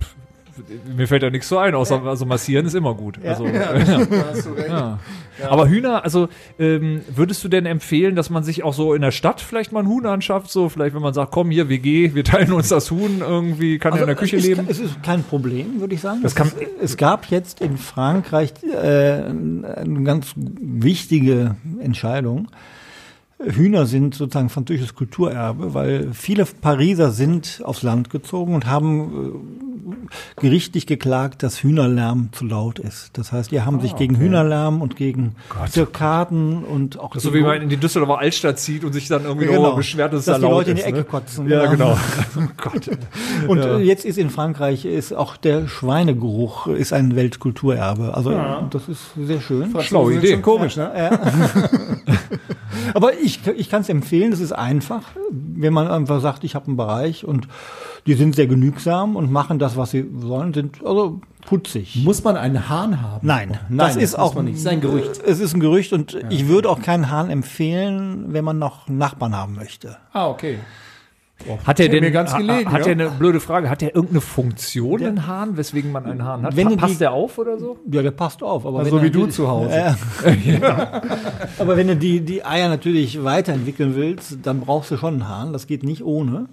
A: pff, mir fällt da nichts so ein, außer also massieren ist immer gut. Also,
E: Hast du recht.
A: Aber Hühner, also ähm, würdest du denn empfehlen, dass man sich auch so in der Stadt vielleicht mal ein Huhn anschafft? So vielleicht, wenn man sagt, komm hier, WG, wir teilen uns das Huhn irgendwie, kann ja in der Küche
F: Also es,
A: leben.
F: Ist, es ist kein Problem, würde ich sagen.
A: Das kann-
F: es, es gab jetzt in Frankreich äh, eine ganz wichtige Entscheidung. Hühner sind sozusagen französisches Kulturerbe, weil viele Pariser sind aufs Land gezogen und haben äh, gerichtlich geklagt, dass Hühnerlärm zu laut ist. Das heißt, die haben
A: Ah,
F: sich gegen Hühnerlärm und gegen Zirkaden und auch
A: So wie
F: gegen-
A: man in die Düsseldorfer Altstadt zieht und sich dann irgendwie
F: Ja,
A: darüber
F: genau.
A: beschwert, dass,
F: Dass
A: es
F: die
A: da laut
F: Leute in die
A: ist.
F: Ecke
A: ne?
F: kotzen,
A: Ja, genau.
F: genau.
A: oh Gott.
F: Und
A: Ja.
F: äh, jetzt ist in Frankreich ist auch der Schweinegeruch äh, ist ein Weltkulturerbe. Also äh, das ist sehr schön.
A: Schlaue
E: Das ist
A: Idee.
E: schon komisch, ne?
F: Aber ich, ich kann es empfehlen, es ist einfach, wenn man einfach sagt, ich habe einen Bereich und die sind sehr genügsam und machen das, was sie sollen, sind also putzig.
E: Muss man einen Hahn haben?
F: Nein,
E: Nein,
F: das ist
E: muss
F: auch
E: man nicht. Das ist ein Gerücht.
F: Es ist ein Gerücht und ich würde auch keinen Hahn empfehlen, wenn man noch Nachbarn haben möchte.
E: Ah, okay.
A: Hat er
E: Hätte
A: denn,
E: mir ganz
A: ha-
E: gelegen,
A: hat
E: ja.
A: er eine blöde Frage, hat er irgendeine Funktion, den Hahn, weswegen man einen Hahn hat?
F: Wenn du
A: Passt
F: die-
A: der auf oder so?
F: Ja, der passt auf. Aber
E: Also
F: wenn
E: wie
F: er-
E: du zu Hause.
F: Ja. Aber wenn du die, die Eier natürlich weiterentwickeln willst, dann brauchst du schon einen Hahn. Das geht nicht ohne.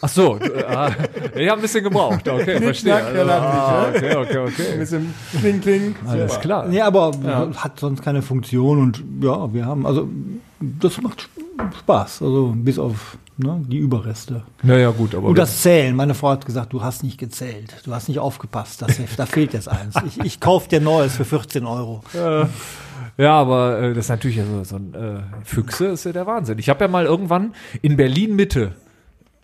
A: Ach so, äh, ah, ich habe ein bisschen gebraucht. Okay, verstehe.
E: knack, ja,
A: ah, okay, okay, okay.
E: bisschen Kling, Kling.
A: Alles klar.
F: Ja, aber hat sonst keine Funktion und ja, wir haben, also das macht Spaß. Also bis auf ne, die Überreste.
A: Naja, gut, aber.
F: Und das Zählen. Meine Frau hat gesagt, du hast nicht gezählt. Du hast nicht aufgepasst. Das, da fehlt jetzt eins. Ich, ich kaufe dir Neues für 14 Euro.
A: Ja, aber äh, das ist natürlich so, so ein äh, Füchse ist ja der Wahnsinn. Ich habe ja mal irgendwann in Berlin Mitte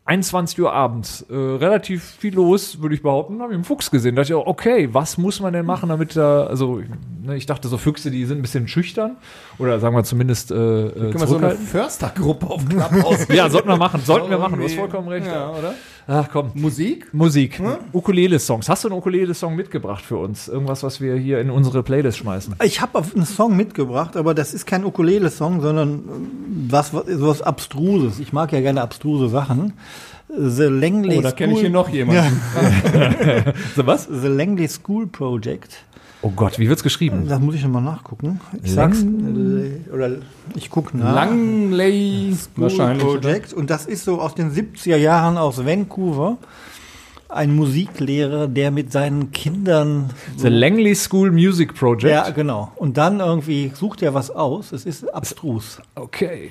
A: 21 Uhr abends äh, relativ viel los, würde ich behaupten, habe ich einen Fuchs gesehen. Da dachte ich auch, okay, was muss man denn machen, damit da, also ne, ich dachte so Füchse, die sind ein bisschen schüchtern oder sagen wir zumindest äh, äh,
E: Können wir so eine
A: zurückhaltend.
E: Förstergruppe auf Clubhouse?
A: ja, sollten wir machen, sollten wir machen, du hast
E: Irgendwie-
A: vollkommen recht.
E: Ja, oder?
A: Ach komm,
E: Musik?
A: Musik, Ukulele-Songs. Hast du einen Ukulele-Song mitgebracht für uns? Irgendwas, was wir hier in unsere Playlist schmeißen?
F: Ich habe einen Song mitgebracht, aber das ist kein Ukulele-Song, sondern ähm, was, was, was Abstruses. Ich mag ja gerne abstruse Sachen. The Langley,
E: Oder kenne Oh, ich hier noch jemanden?
F: Ja.
A: So was?
F: The Langley School Project.
A: Oh Gott, wie wird's geschrieben?
F: Das muss ich nochmal nachgucken. Ich
A: Lang-
F: sag's. äh, Oder ich gucke
E: Ah.
F: nach.
E: Langley wahrscheinlich.
F: Project. Und das ist so aus den 70er Jahren aus Vancouver. Ein Musiklehrer, der mit seinen Kindern
A: The Langley School Music Project.
F: ja, genau. Und dann irgendwie sucht er was aus. Es ist abstrus.
A: Okay.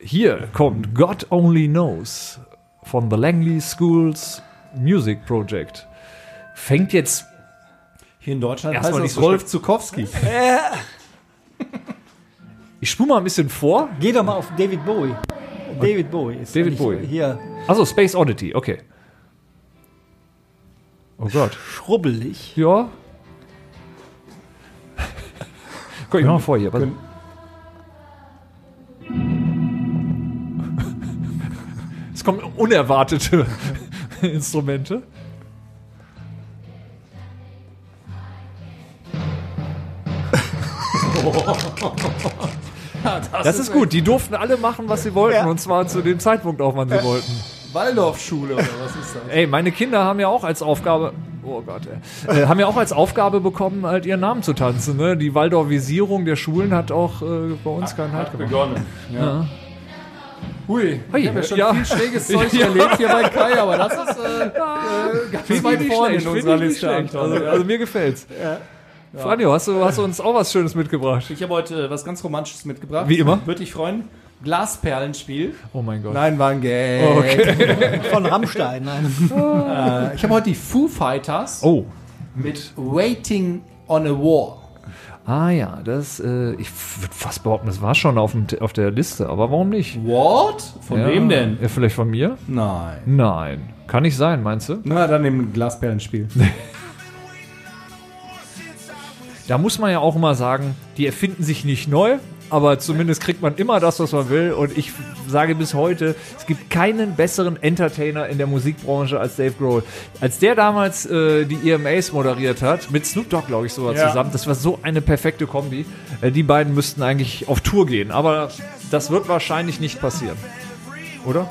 A: Hier kommt God Only Knows von The Langley Schools Music Project. Fängt jetzt.
E: Hier in Deutschland
A: Erstmal
E: heißt
A: nicht
E: es
A: so
E: Rolf Zukowski.
A: Ich spule mal ein bisschen vor.
F: Geh doch mal auf David Bowie. David Bowie ist
A: David
F: eigentlich
A: Bowie.
F: hier
A: Also Space Oddity, okay. Oh Gott.
F: schrubbelig.
A: Ja. Guck, ich mach mal vor hier. Warte. Es kommen unerwartete Instrumente. das, ist, gut. Die durften alle machen, was sie wollten. Und zwar zu dem Zeitpunkt auch, wann sie wollten.
E: Waldorfschule oder was ist das?
A: Ey, meine Kinder haben ja auch als Aufgabe, oh Gott, ey, äh, haben ja auch als Aufgabe bekommen, halt ihren Namen zu tanzen. Ne? Die Waldorfisierung der Schulen hat auch äh, bei uns keinen Halt gemacht.
E: Begonnen. Ja. Hui, ich habe ja schon
A: ja.
E: viel schräges Zeug erlebt hier bei Kai, aber das ist äh, äh, ganz weit vorne in
A: Find
E: unserer
A: ich nicht
E: Liste.
A: schlecht.
E: Anton.
A: Also, also mir gefällt's. Franjo, hast du, hast du uns auch was Schönes mitgebracht?
E: Ich habe heute äh, was ganz Romantisches mitgebracht.
A: äh, Wie immer.
E: Würde dich freuen. Glasperlenspiel.
A: Oh mein Gott.
E: Nein, war ein Gag.
F: Von Rammstein. Nein.
E: Äh, Ich habe heute die Foo Fighters
A: Oh.
E: mit Waiting on a War.
A: Ah ja, das, äh, ich würde fast behaupten, das war schon auf, dem, auf der Liste, aber warum nicht?
E: What? Von
A: ja.
E: wem denn?
A: Ja, vielleicht von mir?
E: Nein.
A: Nein. Kann nicht sein, meinst du?
E: Na, dann im Glasperlenspiel.
A: Da muss man ja auch immer sagen, die erfinden sich nicht neu, aber zumindest kriegt man immer das, was man will. Und ich sage bis heute, es gibt keinen besseren Entertainer in der Musikbranche als Dave Grohl. Als der damals äh, die EMAs moderiert hat, mit Snoop Dogg, glaube ich, sogar
E: Ja.
A: zusammen, das war so eine perfekte Kombi. Äh, die beiden müssten eigentlich auf Tour gehen, aber das wird wahrscheinlich nicht passieren. Oder?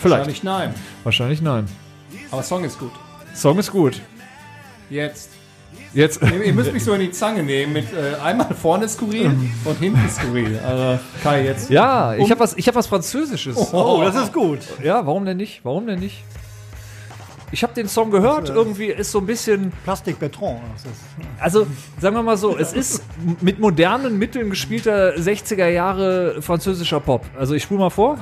A: Vielleicht.
E: Wahrscheinlich nein.
A: Wahrscheinlich nein.
E: Aber Song ist gut.
A: Song ist gut.
E: Jetzt.
A: Jetzt.
E: Ihr müsst mich so in die Zange nehmen mit äh, einmal vorne skurril und hinten skurril. Also, Kai, jetzt.
A: Ja,
E: Um
A: ich habe was, ich hab was Französisches.
F: Oh, das ist gut.
A: Ja, warum denn nicht? Warum denn nicht? Ich habe den Song gehört, irgendwie ist so ein bisschen,
F: Plastik Bertrand. Das ist
A: also sagen wir mal so, es ist m- mit modernen Mitteln gespielter 60er Jahre französischer Pop. Also ich spule mal vor.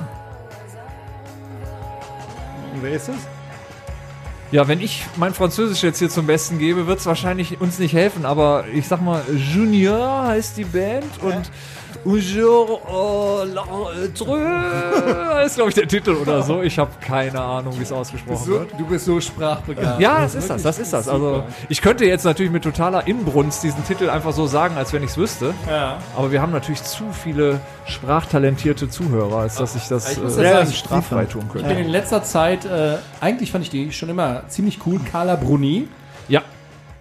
F: Und wer ist es?
A: Ja, wenn ich mein Französisch jetzt hier zum Besten gebe, wird's wahrscheinlich uns nicht helfen, aber ich sag mal, Junior heißt die Band und Un jour euh, l'autre ist, glaube ich, der Titel oder so. Ich habe keine Ahnung, wie es ausgesprochen
E: So,
A: wird.
E: du bist so sprachbegabt.
A: Ja, Also das ist das, das ist das. Also ich könnte jetzt natürlich mit totaler Inbrunst diesen Titel einfach so sagen, als wenn ich es wüsste.
E: Ja.
A: Aber wir haben natürlich zu viele sprachtalentierte Zuhörer, als dass ich das
E: Ich muss
A: äh,
E: ja sagen,
A: straffrei tun
E: Ich
A: könnte.
E: bin in letzter Zeit, äh, eigentlich fand ich die schon immer ziemlich cool, Carla Bruni.
A: Ja.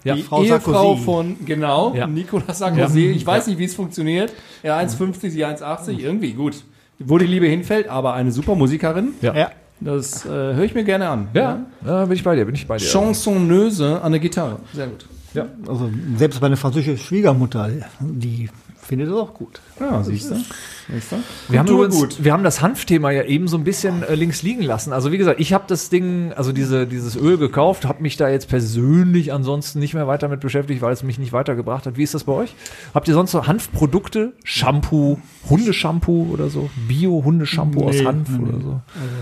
A: Ja,
E: die
F: Frau
E: Ehefrau
F: Sarkozy.
E: von, genau,
A: Ja. Mhm.
E: Nicolas Sarkozy. Ich weiß nicht, wie es funktioniert. Er 1,50, sie 1,80. Irgendwie gut. wo die Liebe hinfällt, aber eine super Musikerin.
A: Ja.
F: Ja.
E: Das äh, höre ich mir gerne an.
A: Ja, da bin ich bei dir, bin ich bei dir.
E: Chansonneuse an der Gitarre. Sehr gut.
A: Ja.
F: Also selbst meine französische Schwiegermutter, die findet das auch gut.
E: Ja, siehst du. Siehst du?
A: Wir haben,
E: Kultur
A: übrigens, wir haben das Hanfthema ja eben so ein bisschen äh, links liegen lassen. Also wie gesagt, ich habe das Ding, also diese, dieses Öl gekauft, habe mich da jetzt persönlich ansonsten nicht mehr weiter mit beschäftigt, weil es mich nicht weitergebracht hat. Wie ist das bei euch? Habt ihr sonst so Hanfprodukte? Shampoo, Hundeshampoo oder so? Bio-Hundeshampoo aus
F: Nee,
A: Hanf
F: nee,
A: oder so?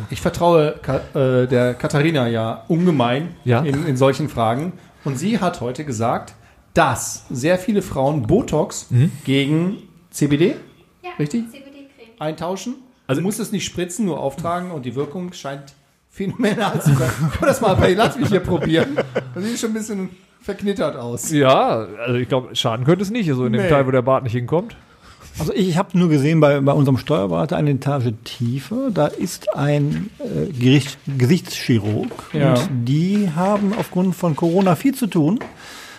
E: Ich vertraue Ka äh, der Katharina ja ungemein
A: Ja.
E: In, in solchen Fragen. Und sie hat heute gesagt, dass sehr viele Frauen Botox gegen CBD
H: Ja,
E: Richtig?
H: CBD-Creme.
E: eintauschen. Also muss es nicht spritzen, nur auftragen und die Wirkung scheint phänomenal zu sein. Guck das mal, bei- lass mich hier probieren. Das sieht schon ein bisschen verknittert aus.
A: Ja, also ich glaube, schaden könnte es nicht, so in dem
E: Nee.
A: Teil, wo der Bart nicht hinkommt.
F: Also ich, ich habe nur gesehen, bei, bei unserem Steuerberater eine Etage tiefer, da ist ein äh, Gericht, Gesichtschirurg
E: Ja.
F: und die haben aufgrund von Corona viel zu tun,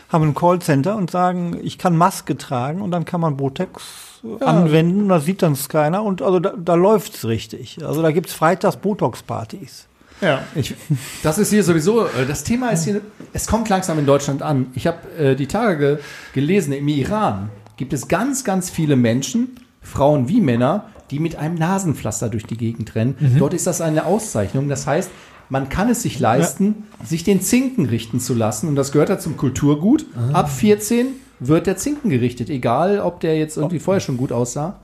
F: haben ein Callcenter und sagen, ich kann Maske tragen und dann kann man Botox äh, anwenden und das sieht dann keiner und also da, da läuft's richtig. Also da gibt's freitags Botox-Partys.
E: Ja. Ich, das ist hier sowieso, äh, das Thema ist hier, es kommt langsam in Deutschland an. Ich habe äh, die Tage ge- gelesen, im Iran gibt es ganz, ganz viele Menschen, Frauen wie Männer, die mit einem Nasenpflaster durch die Gegend rennen.
A: Mhm.
E: Dort ist das eine Auszeichnung. Das heißt, man kann es sich leisten, sich den Zinken richten zu lassen. Und das gehört ja zum Kulturgut.
A: Ah.
E: Ab 14 wird der Zinken gerichtet, egal ob der jetzt irgendwie
A: Oh.
E: vorher schon gut aussah.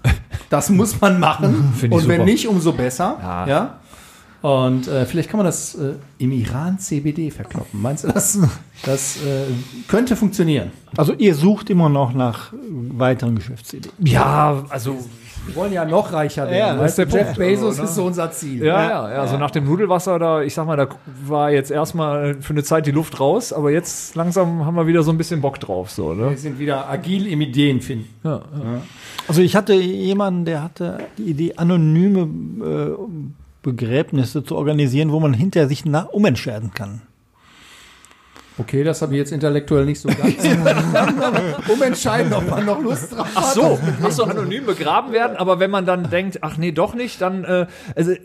E: Das muss man machen.
A: Find ich
E: Und wenn
A: super.
E: nicht, umso besser.
A: Ja.
E: ja? Und äh, vielleicht kann man das äh, im Iran CBD verkloppen. Meinst du das? Das äh, könnte funktionieren.
F: Also ihr sucht immer noch nach äh, weiteren Geschäftsideen.
A: Ja, also
E: Wir wollen ja noch reicher werden.
F: Ja, das
E: weißt
A: ist
E: du,
A: der
E: Jeff
A: Punkt.
E: Bezos
A: Also, ne?
E: ist so unser Ziel.
A: Ja, ja, ja. Also nach dem Nudelwasser, da, ich sag mal, da war jetzt erstmal für eine Zeit die Luft raus, aber jetzt langsam haben wir wieder so ein bisschen Bock drauf, so, ne?
E: Wir sind wieder agil im Ideenfinden.
F: Also ich hatte jemanden, der hatte die Idee, anonyme äh, Begräbnisse zu organisieren, wo man hinterher sich nach umentscheiden kann.
E: Okay, das habe ich jetzt intellektuell nicht so ganz. Umentscheiden, ob man noch Lust drauf hat.
A: Ach so, ach so, anonym begraben werden, aber wenn man dann denkt, ach nee, doch nicht, dann, äh, also äh,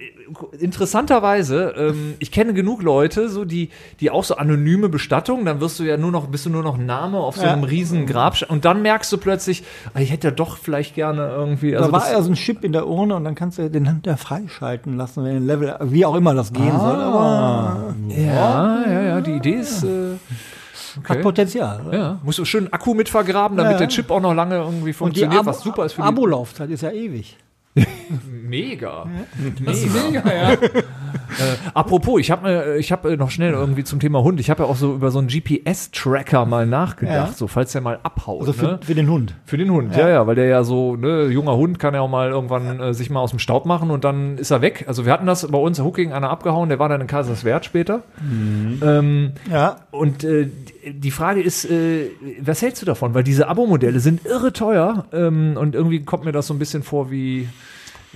A: interessanterweise, ähm, ich kenne genug Leute, so die, die auch so anonyme Bestattung, dann wirst du ja nur noch, bist du nur noch Name auf so einem riesen Grab und dann merkst du plötzlich, ah, ich hätte ja doch vielleicht gerne irgendwie, also
F: da war
A: das-
F: ja so ein Chip in der Urne und dann kannst du den hinterher freischalten lassen, wenn ein Level, wie auch immer das
A: Ah,
F: gehen soll. Aber
A: ja, ja, ja, die Idee ist, äh,
F: hat Potenzial.
A: Ja, musst du schön Akku mit vergraben, damit
F: Ja.
A: der Chip auch noch lange irgendwie funktioniert, was super ist für die-
F: Abo-Laufzeit ist ja ewig.
A: Mega. Mega. Äh, apropos, ich habe ich hab äh, noch schnell irgendwie zum Thema Hund, ich habe ja auch so über so einen GPS-Tracker mal nachgedacht,
F: Ja.
A: so falls der mal abhaut.
F: Also für,
A: ne?
F: für den Hund.
A: Für den Hund, ja. ja, weil der ja so, ne, junger Hund kann ja auch mal irgendwann äh, sich mal aus dem Staub machen und dann ist er weg. Also wir hatten das bei uns, Hooking, einer abgehauen, der war dann in Kaiserswerth später. Ähm,
F: Ja.
A: und äh, die Frage ist, äh, was hältst du davon? Weil diese Abo-Modelle sind irre teuer ähm, und irgendwie kommt mir das so ein bisschen vor wie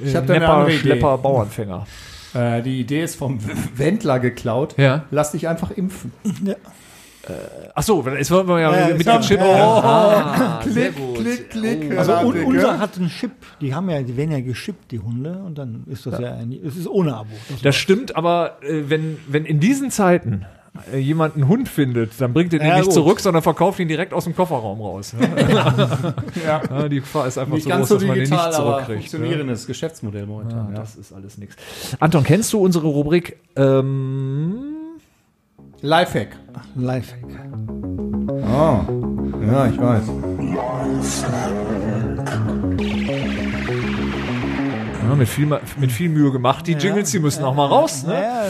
A: äh,
E: Ich hab da eine andere Idee.
A: Schlepper, Bauernfänger.
E: Äh, die Idee ist vom Wendler geklaut.
A: Ja.
E: Lass dich einfach impfen.
A: Ach so, jetzt wollen wir ja,
F: Ja,
A: mit
F: ja,
A: dem Chip.
F: ja.
A: Ah, sehr
E: Klick,
A: gut.
E: klick, klick.
F: Also
E: Ja,
F: un,
E: Digga.
F: unser hat einen Chip. Die haben ja, die werden ja geschippt, die Hunde, und dann ist das ja, ein, es ist ohne Abo. Das
A: Das stimmt, aber äh, wenn, wenn in diesen Zeiten äh, jemand einen Hund findet, dann bringt er den
F: Ja,
A: nicht
F: gut.
A: zurück, sondern verkauft ihn direkt aus dem Kofferraum raus. Ne? ja, die Gefahr ist einfach
E: Nicht
A: so groß,
E: ganz so
A: dass man den
E: digital,
A: nicht
E: aber
A: zurückkriegt. ne?
E: funktionierendes Geschäftsmodell momentan. ja.
A: Das ist alles nichts. Anton, kennst du unsere Rubrik? Ähm,
E: Lifehack.
F: ist ein Lifehack.
E: Ah, ja, ich weiß.
A: ja, Ne, mit, viel, Ma- mit viel Mühe gemacht. Die Jingles, die müssen auch mal raus. Ne?
F: Ja,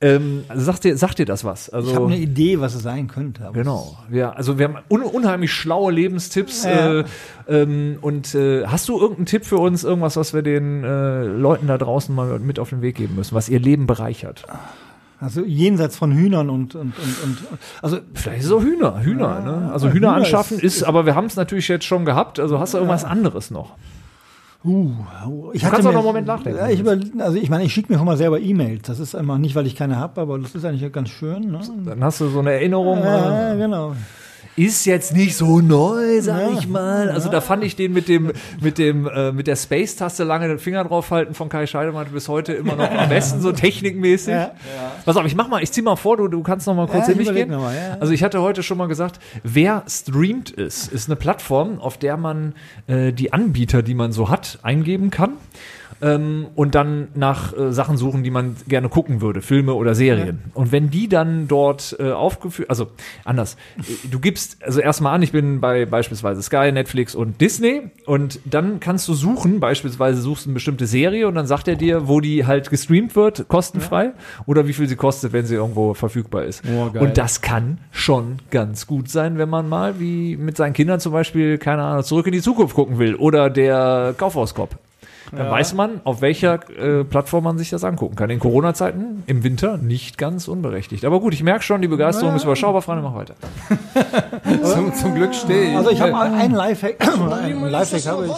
A: Ähm, also sagt, dir, sagt dir das was? Also,
F: Ich ne- habe eine Idee, was es sein könnte. aber
A: Genau. Ja, also wir haben un unheimlich schlaue Lebenstipps. Äh, ähm, und äh, hast du irgendeinen Tipp für uns, irgendwas, was wir den äh, Leuten da draußen mal mit auf den Weg geben müssen, was ihr Leben bereichert?
F: Also jenseits von Hühnern und, und, und, und also
A: Vielleicht so Hühner, Hühner, ne? Also Hühner,
F: Hühner
A: anschaffen
F: ist-
A: ist, aber wir haben es natürlich jetzt schon gehabt. Also hast du irgendwas anderes noch?
F: uh, ich
A: kannst
F: hatte
A: auch
F: mir,
A: noch einen Moment nachdenken.
F: Ja, ich über, also ich meine, ich schicke mir schon mal selber E-Mails. Das ist immer nicht, weil ich keine habe, aber das ist eigentlich ganz schön. Ne?
A: Dann hast du so eine Erinnerung. äh,
F: Ja, genau.
A: ist jetzt nicht so neu, sag ich mal. Also da fand ich den mit dem, mit dem, äh, mit der Space-Taste lange den Finger draufhalten von Kai Scheidemann bis heute immer noch am besten, so technikmäßig. Pass auf, ich mach mal, ich zieh mal vor, du, du kannst noch mal kurz
F: Ja,
A: in mich
F: ich überleg
A: gehen.
F: noch mal, ja.
A: Also ich hatte heute schon mal gesagt, wer streamt ist, ist eine Plattform, auf der man äh, die Anbieter, die man so hat, eingeben kann ähm, und dann nach äh, Sachen suchen, die man gerne gucken würde, Filme oder Serien. Und wenn die dann dort äh, aufgeführt, also anders, äh, du gibst also erstmal an, ich bin bei beispielsweise Sky, Netflix und Disney und dann kannst du suchen, beispielsweise suchst du eine bestimmte Serie und dann sagt er dir, wo die halt gestreamt wird, kostenfrei oder wie viel sie kostet, wenn sie irgendwo verfügbar ist.
E: Oh, geil.
A: und das kann schon ganz gut sein, wenn man mal wie mit seinen Kindern zum Beispiel, keine Ahnung, zurück in die Zukunft gucken will oder der Kaufhauskopf. Dann weiß man, auf welcher äh, Plattform man sich das angucken kann. In Corona-Zeiten, im Winter, nicht ganz unberechtigt. Aber gut, ich merke schon, die Begeisterung ist überschaubar. Freunde, mach weiter.
E: Zum, zum Glück stehe
F: Also ich habe einen Lifehack. einen Lifehack habe ich.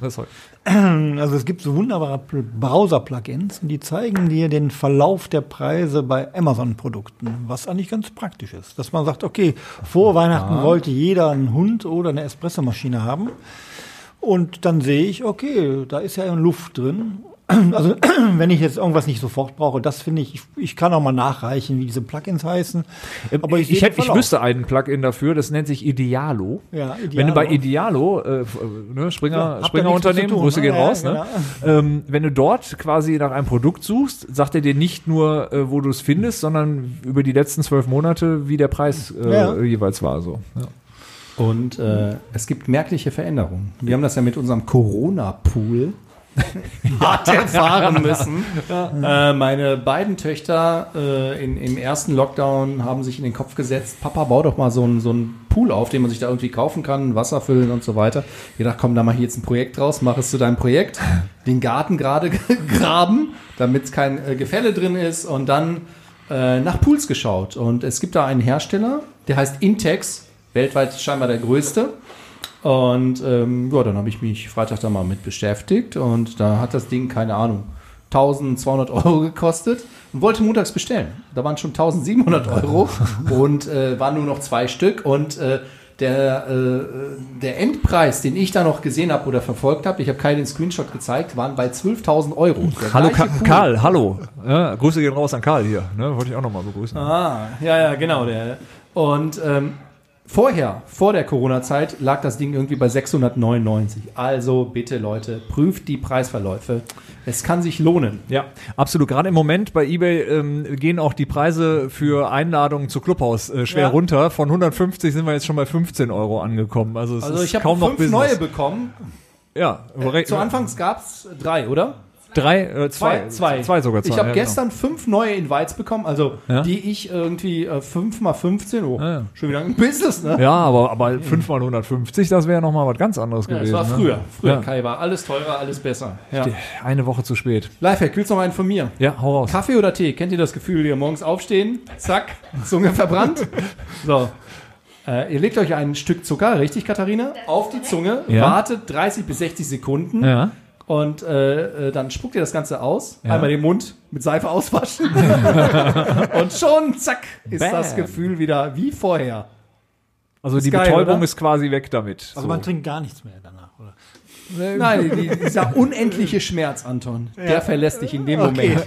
A: Das ist heute.
F: Also es gibt so wunderbare Pl- Browser-Plugins und die zeigen dir den Verlauf der Preise bei Amazon-Produkten, was eigentlich ganz praktisch ist. Dass man sagt, okay, vor Weihnachten wollte jeder einen Hund oder eine Espressomaschine haben. Und dann sehe ich, okay, da ist ja Luft drin. Also wenn ich jetzt irgendwas nicht sofort brauche, das finde ich, ich, ich kann auch mal nachreichen, wie diese Plugins heißen.
A: Ähm,
F: Aber
A: ich,
F: sehe den
A: hätte, ich
F: Verlauf.
A: wüsste einen Plugin dafür, das nennt sich Idealo.
F: Ja, Idealo.
A: Wenn du bei Idealo, äh, f- äh, ne,
F: Ja,
A: Springer,
F: habt ihr
A: Springer
F: nichts mit
A: Unternehmen,
F: zu tun,
A: Grüße
F: ne?
A: gehen
F: Ja, ja, genau.
A: raus, ne? ähm, wenn du dort quasi nach einem Produkt suchst, sagt er dir nicht nur, äh, wo du es findest, sondern über die letzten zwölf Monate, wie der Preis äh,
F: Ja.
A: jeweils war. So. Ja.
E: Und äh, es gibt merkliche Veränderungen. Wir haben das ja mit unserem Corona-Pool hart erfahren müssen. Äh, meine beiden Töchter äh, in, im ersten Lockdown haben sich in den Kopf gesetzt, Papa, bau doch mal so einen so einen Pool auf, den man sich da irgendwie kaufen kann, Wasser füllen und so weiter. Ich dachte, komm, da mache ich jetzt ein Projekt draus, mach es zu deinem Projekt, den Garten gerade graben, damit kein äh, Gefälle drin ist und dann äh, nach Pools geschaut. Und es gibt da einen Hersteller, der heißt Intex, weltweit scheinbar der größte. Und ähm, ja, dann habe ich mich Freitag da mal mit beschäftigt und da hat das Ding, keine Ahnung, 1200 Euro gekostet und wollte montags bestellen. Da waren schon 1700 Euro und äh, waren nur noch zwei Stück und äh, der, äh, der Endpreis, den ich da noch gesehen habe oder verfolgt habe, ich habe keinen Screenshot gezeigt, waren bei 12.000 Euro. Der
A: Hallo
E: gleiche
A: Ka
E: Pool.
A: Karl, hallo. Ja, Grüße gehen raus an Karl hier. Ne? Wollte ich auch nochmal begrüßen.
E: Ah, ja, ja, genau. Der. Und ähm, vorher, vor der Corona-Zeit, lag das Ding irgendwie bei 699. Also bitte, Leute, prüft die Preisverläufe. Es kann sich lohnen.
A: Ja, absolut. Gerade im Moment bei eBay ähm, gehen auch die Preise für Einladungen zu Clubhaus äh, schwer
E: Ja.
A: runter. Von 150 sind wir jetzt schon bei 15 Euro angekommen. Also es
E: Also
A: ist
E: ich habe
A: kaum noch
E: fünf
A: Business.
E: neue bekommen.
A: ja, korrekt.
E: Zu Anfangs gab es drei, oder?
A: drei, äh, zwei,
E: zwei. genau.
A: zwei sogar. Zwei.
E: Ich habe
A: ja,
E: gestern fünf neue Invites bekommen, also
A: Ja.
E: die ich irgendwie äh, fünf mal 15, oh,
A: Ja, ja.
E: schon wieder ein Business, ne?
A: Genau. Ja, aber aber fünf mal 150, das wäre noch mal was ganz anderes
E: Ja,
A: gewesen.
E: das war
A: ne?
E: früher. Früher,
A: Ja.
E: Kai, war alles teurer, alles besser. Ja.
A: Eine Woche zu spät.
E: Lifehack, willst du noch einen von mir?
A: Ja, hau raus.
E: Kaffee oder Tee? Kennt ihr das Gefühl hier? Morgens aufstehen, zack, Zunge verbrannt. So. Äh, ihr legt euch ein Stück Zucker, richtig, Katharina? Auf die Zunge,
A: Ja.
E: wartet 30 bis 60 Sekunden
A: Ja.
E: und äh, äh, dann spuckt ihr das Ganze aus. Einmal den Mund mit Seife auswaschen. und schon, zack, ist
A: Bam.
E: das Gefühl wieder wie vorher.
A: Also die
E: geil,
A: Betäubung
E: oder?
A: ist quasi weg damit.
F: Also man trinkt gar nichts mehr danach, oder?
E: Nein, die, dieser unendliche Schmerz, Anton, der verlässt dich in dem Moment.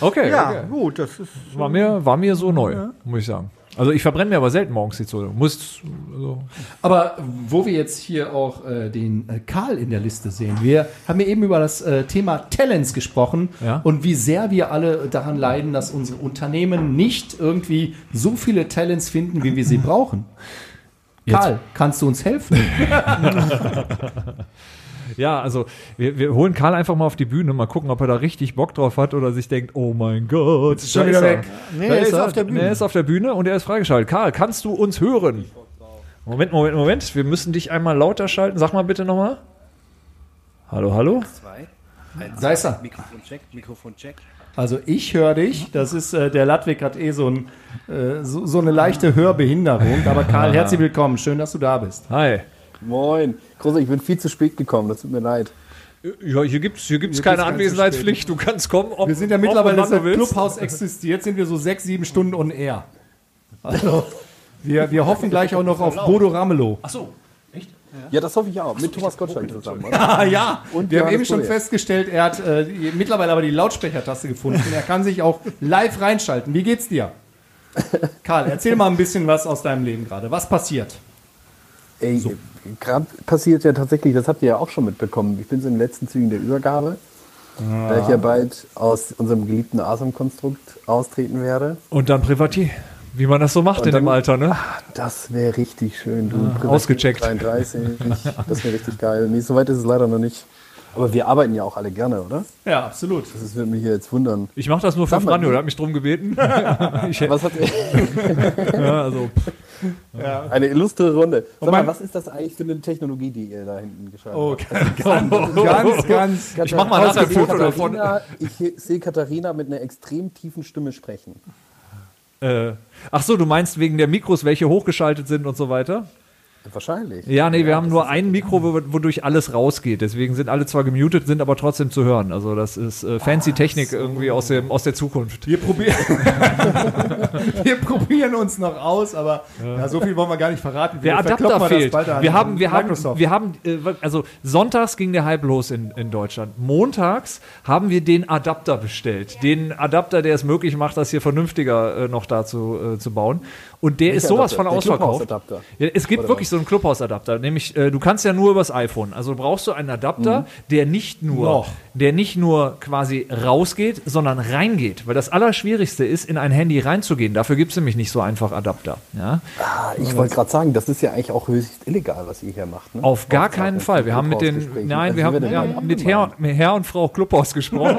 A: okay, okay.
F: gut, das ist.
A: War mir, war mir so neu, muss ich sagen. Also ich verbrenne mir aber selten morgens die Zunge. Muss, also,
E: Aber wo wir jetzt hier auch äh, den äh, Karl in der Liste sehen, wir haben ja eben über das äh, Thema Talents gesprochen
A: Ja.
E: und wie sehr wir alle daran leiden, dass unsere Unternehmen nicht irgendwie so viele Talents finden, wie wir sie brauchen. Karl, kannst du uns helfen?
A: Ja, also wir, wir holen Karl einfach mal auf die Bühne, mal gucken, ob er da richtig Bock drauf hat oder sich denkt, oh mein Gott, ist
E: schon wieder weg.
F: Nee, er ist auf der Bühne.
A: Er ist auf der Bühne und er ist freigeschaltet. Karl, kannst du uns hören? Moment, Moment, Moment. Wir müssen dich einmal lauter schalten. Sag mal bitte nochmal. Hallo, hallo.
E: Da ist er. Also ich höre dich. Das ist äh, der Ludwig hat eh so, ein, äh, so, so eine leichte Hörbehinderung. Aber Karl, herzlich willkommen. Schön, dass du da bist.
A: Hi.
I: Moin. Großer, ich bin viel zu spät gekommen, das tut mir leid.
A: Ja, hier gibt's, hier gibt's keine Anwesenheitspflicht. Du kannst kommen, ob
E: Wir sind ja mittlerweile,
A: ob und
E: seit
A: wann du willst.
E: Clubhaus existiert, sind wir so sechs, sieben Stunden on air. Also, wir, wir hoffen gleich auch noch auf Bodo Ramelow.
I: Ja, das hoffe ich auch. Mit Thomas Gottschalk zusammen.
E: Ah ja,
I: Und
E: wir haben
I: Johannes
E: eben schon
I: Boje.
E: festgestellt, er hat äh, die- mittlerweile aber die Lautsprechertaste gefunden. Er kann sich auch live reinschalten. Wie geht's dir? Karl, erzähl mal ein bisschen was aus deinem Leben gerade. Was passiert?
I: Ey, gerade passiert ja tatsächlich, das habt ihr ja auch schon mitbekommen. Ich bin so in den letzten Zügen der Übergabe, da ich ja bald aus unserem geliebten ASM-Konstrukt austreten werde.
A: Und dann Privatier. Wie man das so macht in dem Alter, ne?
I: Das wäre richtig schön, du. Privat-
A: ausgecheckt.
I: 33, das wäre richtig geil. Nee, so weit ist es leider noch nicht. Aber wir arbeiten ja auch alle gerne, oder?
E: Ja, absolut.
I: Das würde mich hier jetzt wundern.
A: Ich mache das nur für
I: Sag mal.
A: Franjo, der hat mich drum gebeten. ich,
I: Was hat
A: ja, also,
I: eine illustre Runde? Sag
E: mein-
I: mal, was ist das eigentlich für eine Technologie, die ihr da hinten geschaltet habt?
E: Oh, ganz,
A: Oh.
E: ganz, ganz.
A: ich mach mal nachher ein
I: Ich sehe
A: Foto davon.
I: Katharina- Ich sehe Katharina mit einer extrem tiefen Stimme sprechen.
A: Äh, ach so, du meinst wegen der Mikros, welche hochgeschaltet sind und so weiter?
I: Wahrscheinlich.
A: Ja, nee, wir haben nur ein Mikro, wo- wodurch alles rausgeht. Deswegen sind alle zwar gemutet, sind aber trotzdem zu hören. Also das ist äh, fancy Technik irgendwie aus, dem, aus der Zukunft.
E: Wir probieren, wir probieren uns noch aus, aber na, so viel wollen wir gar nicht verraten. Wir
A: Der Adapter
E: verkloppen das
A: fehlt.
E: bald an
A: Wir haben, wir haben,
E: Microsoft.
A: wir haben, äh, also sonntags ging der Hype los in, in Deutschland. Montags haben wir den Adapter bestellt. Den Adapter, der es möglich macht, das hier vernünftiger äh, noch dazu äh, zu bauen. Und der ist sowas
I: Adapter?
A: von
I: Der
A: ausverkauft.
I: Clubhouse-Adapter?
A: Ja, es gibt wirklich so einen Clubhouse-Adapter. Nämlich, äh, du kannst ja nur übers iPhone. Also brauchst du einen Adapter, der nicht nur,
E: Mhm. Noch.
A: der nicht nur quasi rausgeht, sondern reingeht. Weil das Allerschwierigste ist, in ein Handy reinzugehen. Dafür gibt es nämlich nicht so einfach Adapter. Ja?
I: Ah, Ich wollte gerade sagen, das ist ja eigentlich auch höchst illegal, was ihr hier macht. Ne?
A: Auf gar keinen Fall. Wir haben mit den,
I: Clubhouse-Gesprächen.
A: nein,
I: Also
A: wir
I: sind
A: haben
I: wir
A: ja,
I: denn mal
A: mit Herr,
I: abgemahnt?
A: mit Herr und Frau Clubhaus gesprochen.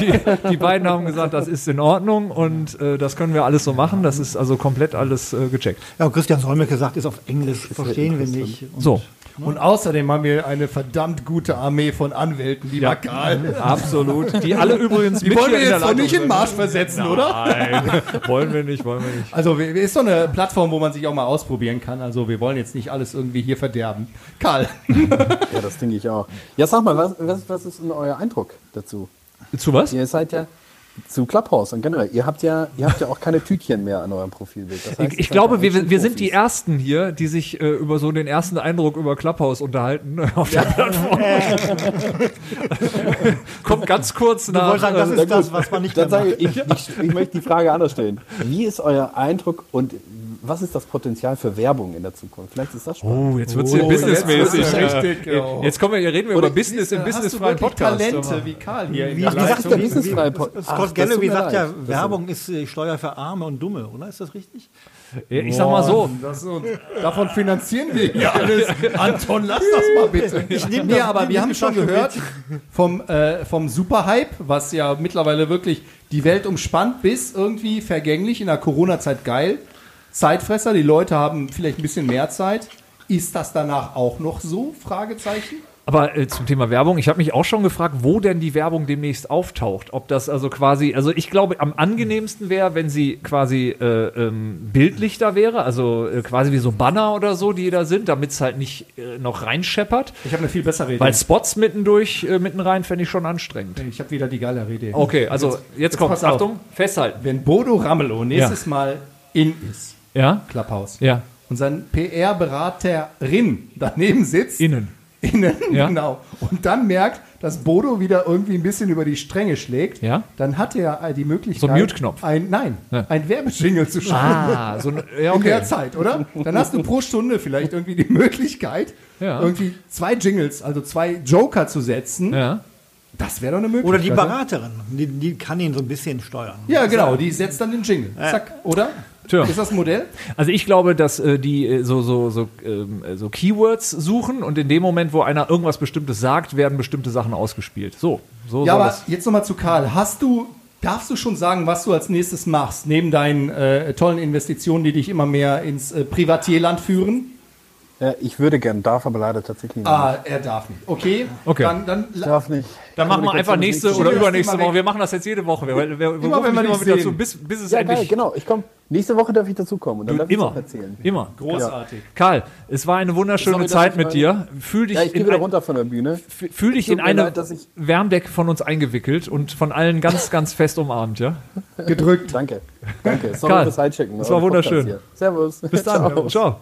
A: die, die beiden haben gesagt, das ist in Ordnung und äh, das können wir alles so machen. Das ist also komplett alles äh, gecheckt.
F: Ja, Christian Solmecke sagt, ist auf Englisch, verstehen wir nicht. Und
A: So,
E: Und außerdem haben wir eine verdammt gute Armee von Anwälten, lieber Karl.
A: absolut. Die alle übrigens
E: Die wollen wir jetzt doch
A: Leitung
E: nicht in
A: sind.
E: den Marsch versetzen, oder?
A: Nein, wollen wir nicht, wollen wir nicht.
E: Also wir- ist so eine Plattform, wo man sich auch mal ausprobieren kann. Also wir wollen jetzt nicht alles irgendwie hier verderben. Karl,
I: Ja, das denke ich auch. Ja, sag mal, was, was, was ist denn euer Eindruck dazu?
A: Zu was?
I: Ihr seid ja zu Clubhouse und generell, ihr habt ja, ihr habt ja auch keine Tütchen mehr an eurem Profilbild. Das heißt, ihr
A: Ich, ich
I: seid ja
A: glaube,
I: eigentlich
A: wir, wir sind
I: Profis.
A: die Ersten hier, die sich äh, über so den ersten Eindruck über Clubhouse unterhalten äh, auf der Plattform. Kommt ganz kurz
F: Du
A: nach.
F: wolltest sagen, das
A: äh,
F: ist das, was man nicht mehr
I: Dann
F: macht.
I: sage ich, ich, ich, ich möchte die Frage anders stellen. Wie ist euer Eindruck und was ist das Potenzial für Werbung in der Zukunft? Vielleicht ist das spannend.
A: Oh, jetzt wird's hier
E: Oh, jetzt
A: businessmäßig.
E: wird's ja
A: äh,
E: richtig, ja.
A: Jetzt kommen wir, hier reden wir über Business im
E: hast du
A: businessfreien
E: wirklich
A: Podcast.
E: Talente
A: aber-
E: wie Karl hier in
F: Wie
E: der
I: wie sagt
E: Leitung?
I: der businessfreie
F: Scott
I: Podcast?
F: Ach, Galloway sagt ja, Werbung ist äh, Steuer für Arme und Dumme, oder? Ist das richtig?
A: Ja, ich sag mal so.
E: Das ist so- davon finanzieren wir ja alles. Anton, lass das mal bitte. Ich
F: nehm
E: nee,
F: das-
E: aber
F: nehm
E: wir
F: die
E: haben schon
F: Tasche
E: gehört vom, äh, vom Superhype, was ja mittlerweile wirklich die Welt umspannt, bis irgendwie vergänglich in der Corona-Zeit geil. Zeitfresser, die Leute haben vielleicht ein bisschen mehr Zeit. Ist das danach auch noch so? Fragezeichen.
A: Aber äh, zum Thema Werbung, ich habe mich auch schon gefragt, wo denn die Werbung demnächst auftaucht. Ob das also quasi, also ich glaube, am angenehmsten wäre, wenn sie quasi äh, ähm, bildlich da wäre, also äh, quasi wie so Banner oder so, die da sind, damit es halt nicht äh, noch reinscheppert.
E: Ich habe eine viel bessere Idee.
A: Weil Spots mittendurch, äh, mitten rein, fände ich schon anstrengend.
E: ich habe wieder die geilere Idee.
A: Okay, also jetzt, kommt's.
E: pass auf.
A: Achtung, festhalten.
E: Wenn Bodo Ramelow nächstes Mal in ist,
A: Ja?
E: Clubhouse,
A: Ja.
E: und sein PR-Beraterin daneben sitzt,
A: Innen.
E: Innen,
A: Ja.
E: genau. Und dann merkt, dass Bodo wieder irgendwie ein bisschen über die Stränge schlägt.
A: Ja.
E: Dann hat er äh, die Möglichkeit,
A: So einen Mute-Knopf.
E: Ein, nein,
A: Ja.
E: ein Werbejingle zu schreiben.
A: Ah, so ein, ja,
E: In
A: okay.
E: der Zeit, oder? Dann hast du pro Stunde vielleicht irgendwie die Möglichkeit,
A: Ja.
E: irgendwie zwei Jingles, also zwei Joker zu setzen.
A: Ja.
E: Das wäre doch eine Möglichkeit.
F: Oder die Beraterin, die, die kann ihn so ein bisschen steuern.
E: Ja, genau, die setzt dann den Jingle. Zack, oder?
A: Tja.
E: Ist das ein Modell?
A: Also ich glaube, dass äh, die äh, so, so, so, ähm, äh, so Keywords suchen und in dem Moment, wo einer irgendwas Bestimmtes sagt, werden bestimmte Sachen ausgespielt. So, so
E: Ja,
A: soll
E: aber
A: das.
E: jetzt nochmal zu Karl. Hast du, darfst du schon sagen, was du als nächstes machst, neben deinen äh, tollen Investitionen, die dich immer mehr ins äh, Privatierland führen?
I: Ja, ich würde gern, darf aber leider tatsächlich nicht.
E: Ah, er darf nicht. Okay,
A: Okay.
E: dann, dann
I: Darf nicht.
A: Dann machen wir einfach nächste
E: Schieben
A: oder
E: wir das
A: übernächste
E: Thema weg.
A: Woche. Wir machen das jetzt jede Woche. Wir, wir, wir
E: Immer,
A: rufen
E: wenn
A: dich
E: wir dich
A: immer wieder
E: sehen.
A: zu, bis, bis es
I: Ja,
A: endlich.
I: geil, genau. Ich komme. Nächste Woche darf ich dazukommen und dann darf ich
A: Immer,
I: auch erzählen.
A: immer.
E: großartig.
A: Karl, es war eine
I: Sorry,
A: wunderschöne
I: dass
A: Zeit
I: ich
A: mit
I: mal-
A: dir. Fühl dich
I: Ja, ich gehe
A: in
I: wieder
A: ein,
I: runter von der Bühne.
A: fühl- fühl dich
I: Tut
A: in
I: mir
A: eine
I: leid, dass ich-
A: Wärmdecke von uns eingewickelt und von allen ganz, ganz fest umarmt, ja?
I: Gedrückt. Danke. Danke. Sorry
A: Karl,
I: fürs Einchecken.
A: es war
I: Euer Podcast
A: wunderschön.
I: hier. Servus.
A: Bis dann. Ciao.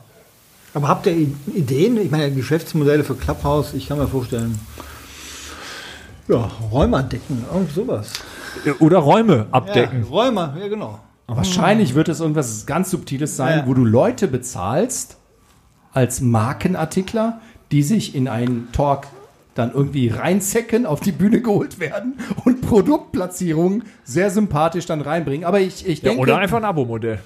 F: Aber habt ihr I- Ideen? Ich meine, Geschäftsmodelle für Clubhouse, ich kann mir vorstellen. Ja, Räume entdecken, irgend sowas.
A: Oder Räume
F: Ja,
A: abdecken.
F: Räume, ja genau.
E: Wahrscheinlich wird es irgendwas ganz Subtiles sein,
F: Ja.
E: wo du Leute bezahlst als Markenartikler, die sich in einen Talk dann irgendwie reinzecken, auf die Bühne geholt werden und Produktplatzierungen sehr sympathisch dann reinbringen. Aber ich, ich
A: Ja,
E: denke...
A: oder einfach ein Abo-Modell.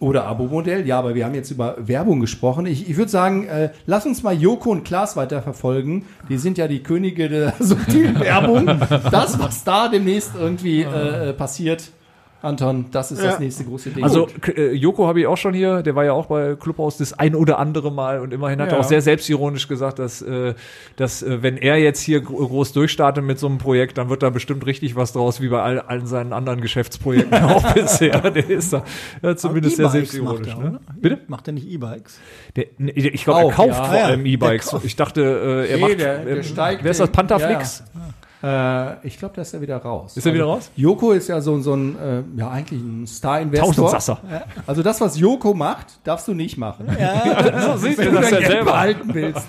E: Oder Abo-Modell, ja, aber wir haben jetzt über Werbung gesprochen. Ich, ich würde sagen, äh, lass uns mal Joko und Klaas weiterverfolgen. Die sind ja die Könige der subtilen Werbung. Das, was da demnächst irgendwie äh, äh, passiert, Anton, das ist das nächste große Ding.
A: Also K- äh, Joko habe ich auch schon hier, der war ja auch bei Clubhaus das ein oder andere Mal und immerhin hat er
E: Ja.
A: auch sehr selbstironisch gesagt, dass, äh, dass äh, wenn er jetzt hier gro- groß durchstartet mit so einem Projekt, dann wird da bestimmt richtig was draus, wie bei all, allen seinen anderen Geschäftsprojekten auch bisher. Der ist da ja, zumindest sehr
F: Aber E-Bikes
A: selbstironisch.
F: macht er,
A: Ne?
F: oder?
A: Bitte?
F: Macht er nicht E-Bikes?
A: Der, ne, ich glaube, er
E: Auch,
A: kauft
E: ja.
A: vor
F: Ja,
A: allem
F: der
A: E-Bikes.
F: kauft.
A: Ich dachte, äh, er
E: Nee,
A: macht.
E: der- der
A: ähm,
E: steigt
A: wer ist das?
E: den-
A: Pantherflix?
E: äh, ich glaube, da ist er wieder raus. Also,
A: Ist er wieder raus?
E: Joko ist ja so, so ein, äh, ja eigentlich ein Star-Investor.
A: Tausendsasser.
E: Also das, was Joko macht, darfst du nicht machen.
A: So sieht
E: Wenn
A: er
E: du
A: das
E: dein
A: ja
E: Geld
A: selber.
E: behalten willst.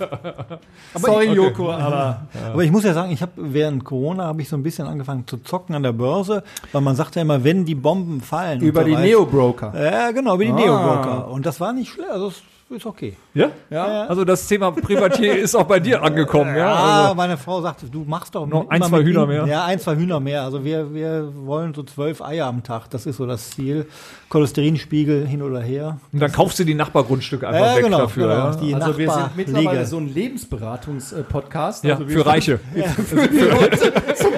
E: Sorry, Joko, aber...
F: Aber ich muss ja sagen, ich habe während Corona habe ich so ein bisschen angefangen zu zocken an der Börse, weil man sagt ja immer, wenn die Bomben fallen.
E: Über
F: und
E: die
F: so weiter.
E: Neo-Broker.
F: Ja, genau, über
A: Ah.
F: die Neo Broker. Und das war nicht schlecht, also es ist okay.
A: Ja?
E: Ja.
A: Also das Thema Privatier ist auch bei dir angekommen, ja?
F: Ah,
A: Also,
F: meine Frau sagte, du machst doch
A: Noch
F: immer
A: ein, zwei
F: mit
A: Hühner
F: ihm-
A: mehr.
F: Ja, ein, zwei Hühner mehr. Also wir, wir wollen so zwölf Eier am Tag. Das ist so das Ziel. Cholesterinspiegel hin oder her. genau,
A: und dann kaufst du die Nachbargrundstücke einfach weg dafür. Ja?
F: Die
E: Also wir sind mittlerweile
F: Nachbarliga.
E: so ein Lebensberatungs-Podcast.
A: Ja,
E: also wir
A: für Reiche.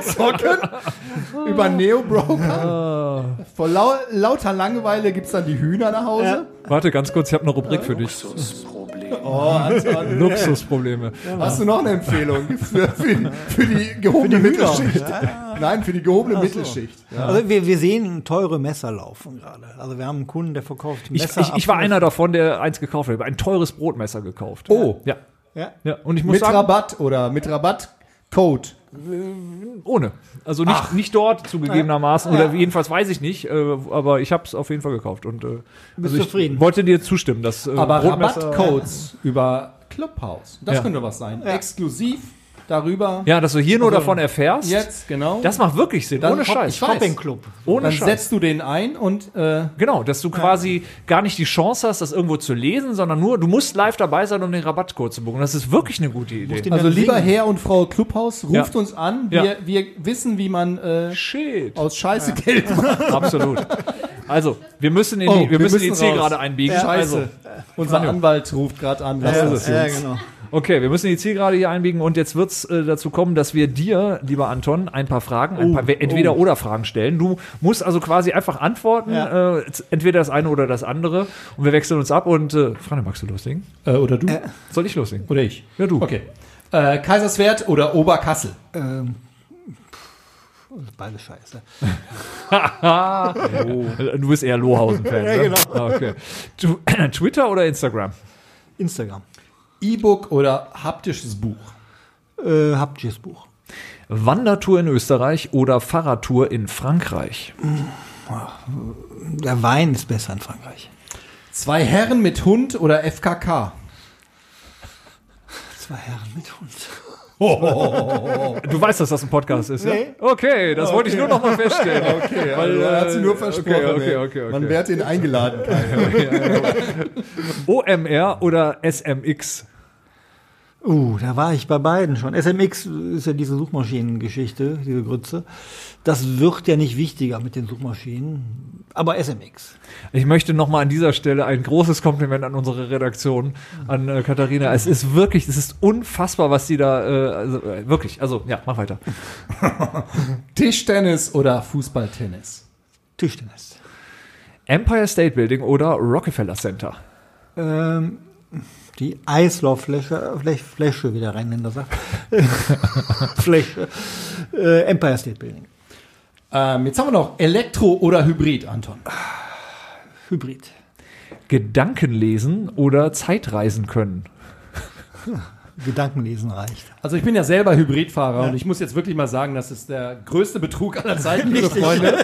E: zocken über Neo-Broker.
A: Ah.
E: Vor lau lauter Langeweile gibt es dann die Hühner nach Hause.
A: Warte ganz kurz, ich habe eine Rubrik für dich.
G: Luxusproblem.
E: Oh, Anton,
A: Luxusprobleme.
E: hast du noch eine Empfehlung für, für, für die gehobene Mittelschicht? Nein, für die gehobene Mittelschicht.
F: Also wir, wir sehen teure Messer laufen gerade. Also wir haben einen Kunden, der verkauft
A: Ich,
F: Messer.
A: ich, ich war
F: ab-
A: einer davon, der eins gekauft hat. Ein teures Brotmesser gekauft.
E: Oh.
A: Ja.
F: Ja.
A: ja. Und ich muss
E: Mit
A: sagen,
E: Rabatt oder mit Rabattcode.
A: ohne. Also nicht, nicht dort zugegebenermaßen. Oder jedenfalls weiß ich nicht. Äh, aber ich habe es auf jeden Fall gekauft. Und äh,
F: Bist
A: also ich
F: zufrieden?
A: wollte dir zustimmen, dass äh,
E: Aber
A: Brotmesser-
E: Rabattcodes über Clubhouse. Das
A: Ja.
E: könnte was sein. Exklusiv darüber.
A: Ja, dass du hier nur davon erfährst.
E: Jetzt, genau.
A: Das macht wirklich Sinn.
E: Dann
A: ohne
E: hopp-
A: Scheiß.
E: ich weiß.
F: Shopping Club.
A: Ohne
E: dann
A: Scheiß.
E: setzt du den ein und äh,
A: Genau, dass du quasi gar nicht die Chance hast, das irgendwo zu lesen, sondern nur, du musst live dabei sein, um den Rabattcode zu buchen. Das ist wirklich eine gute Idee.
F: den
E: also
F: dann
E: lieber
F: singen.
E: Herr und Frau Clubhaus, ruft
A: Ja.
E: uns an.
A: Ja.
E: Wir, wir wissen, wie man äh,
A: Shit.
E: aus Scheiße Geld macht.
A: Oh, Absolut. Also, wir müssen in die,
E: Oh,
A: wir
E: wir
A: müssen
E: müssen
A: die Zielgerade
E: raus.
A: einbiegen. Also,
E: Scheiße. Unser Anwalt ruft gerade an. Was
F: Ja,
E: ist das
F: ja,
E: jetzt?
F: genau.
A: okay, wir müssen die Zielgerade hier einbiegen und jetzt wird's äh, dazu kommen, dass wir dir, lieber Anton, ein paar Fragen, ein paar entweder oder Fragen stellen. Du musst also quasi einfach antworten,
F: Ja.
A: äh, z- entweder das eine oder das andere und wir wechseln uns ab und äh, Franne, magst du loslegen?
F: genau.
E: Äh, oder du?
A: Soll ich loslegen?
E: Oder ich?
A: Ja, du.
E: Okay. Äh, Kaiserswerth oder Oberkassel?
F: Ähm, pff, beides scheiße.
A: Äh, Du bist eher Lohausen-Fan. ja, genau. Okay. Tu- Twitter oder Instagram?
F: Instagram.
E: E-Book oder haptisches Buch?
F: Äh, Habjes Buch.
A: Wandertour in Österreich oder Fahrradtour in Frankreich?
F: Der Wein ist besser in Frankreich.
E: Zwei Herren mit Hund oder FKK?
F: Zwei Herren mit Hund.
A: Du weißt, dass das ein Podcast ist, ja? Okay, das wollte ich nur noch mal feststellen. Okay,
E: Also, er hat sie nur versprochen.
A: Okay, okay,
E: ey.
A: okay.
E: Man
A: okay.
E: wird ihn eingeladen. Kai.
A: OMR oder SMX?
F: Uh, da war ich bei beiden schon. SMX ist ja diese Suchmaschinengeschichte, diese Grütze. Das wird ja nicht wichtiger mit den Suchmaschinen, aber SMX.
A: Ich möchte noch mal an dieser Stelle ein großes Kompliment an unsere Redaktion, an äh, Katharina. Es ist wirklich, es ist unfassbar, was sie da, äh, also, äh, wirklich, also, ja, mach weiter.
E: Tischtennis oder Fußballtennis?
F: Tischtennis.
A: Empire State Building oder Rockefeller Center?
F: Ähm, die Eislauffläche Flech- Fläche, wie der Rheinländer sagt. Fläche. Äh, Empire State Building.
E: Ähm, jetzt haben wir noch Elektro oder Hybrid, Anton.
F: Hybrid.
A: Gedanken lesen oder Zeitreisen können.
F: Gedankenlesen reicht.
E: Also ich bin ja selber Hybridfahrer und ich muss jetzt wirklich mal sagen, das ist der größte Betrug aller Zeiten, liebe Freunde.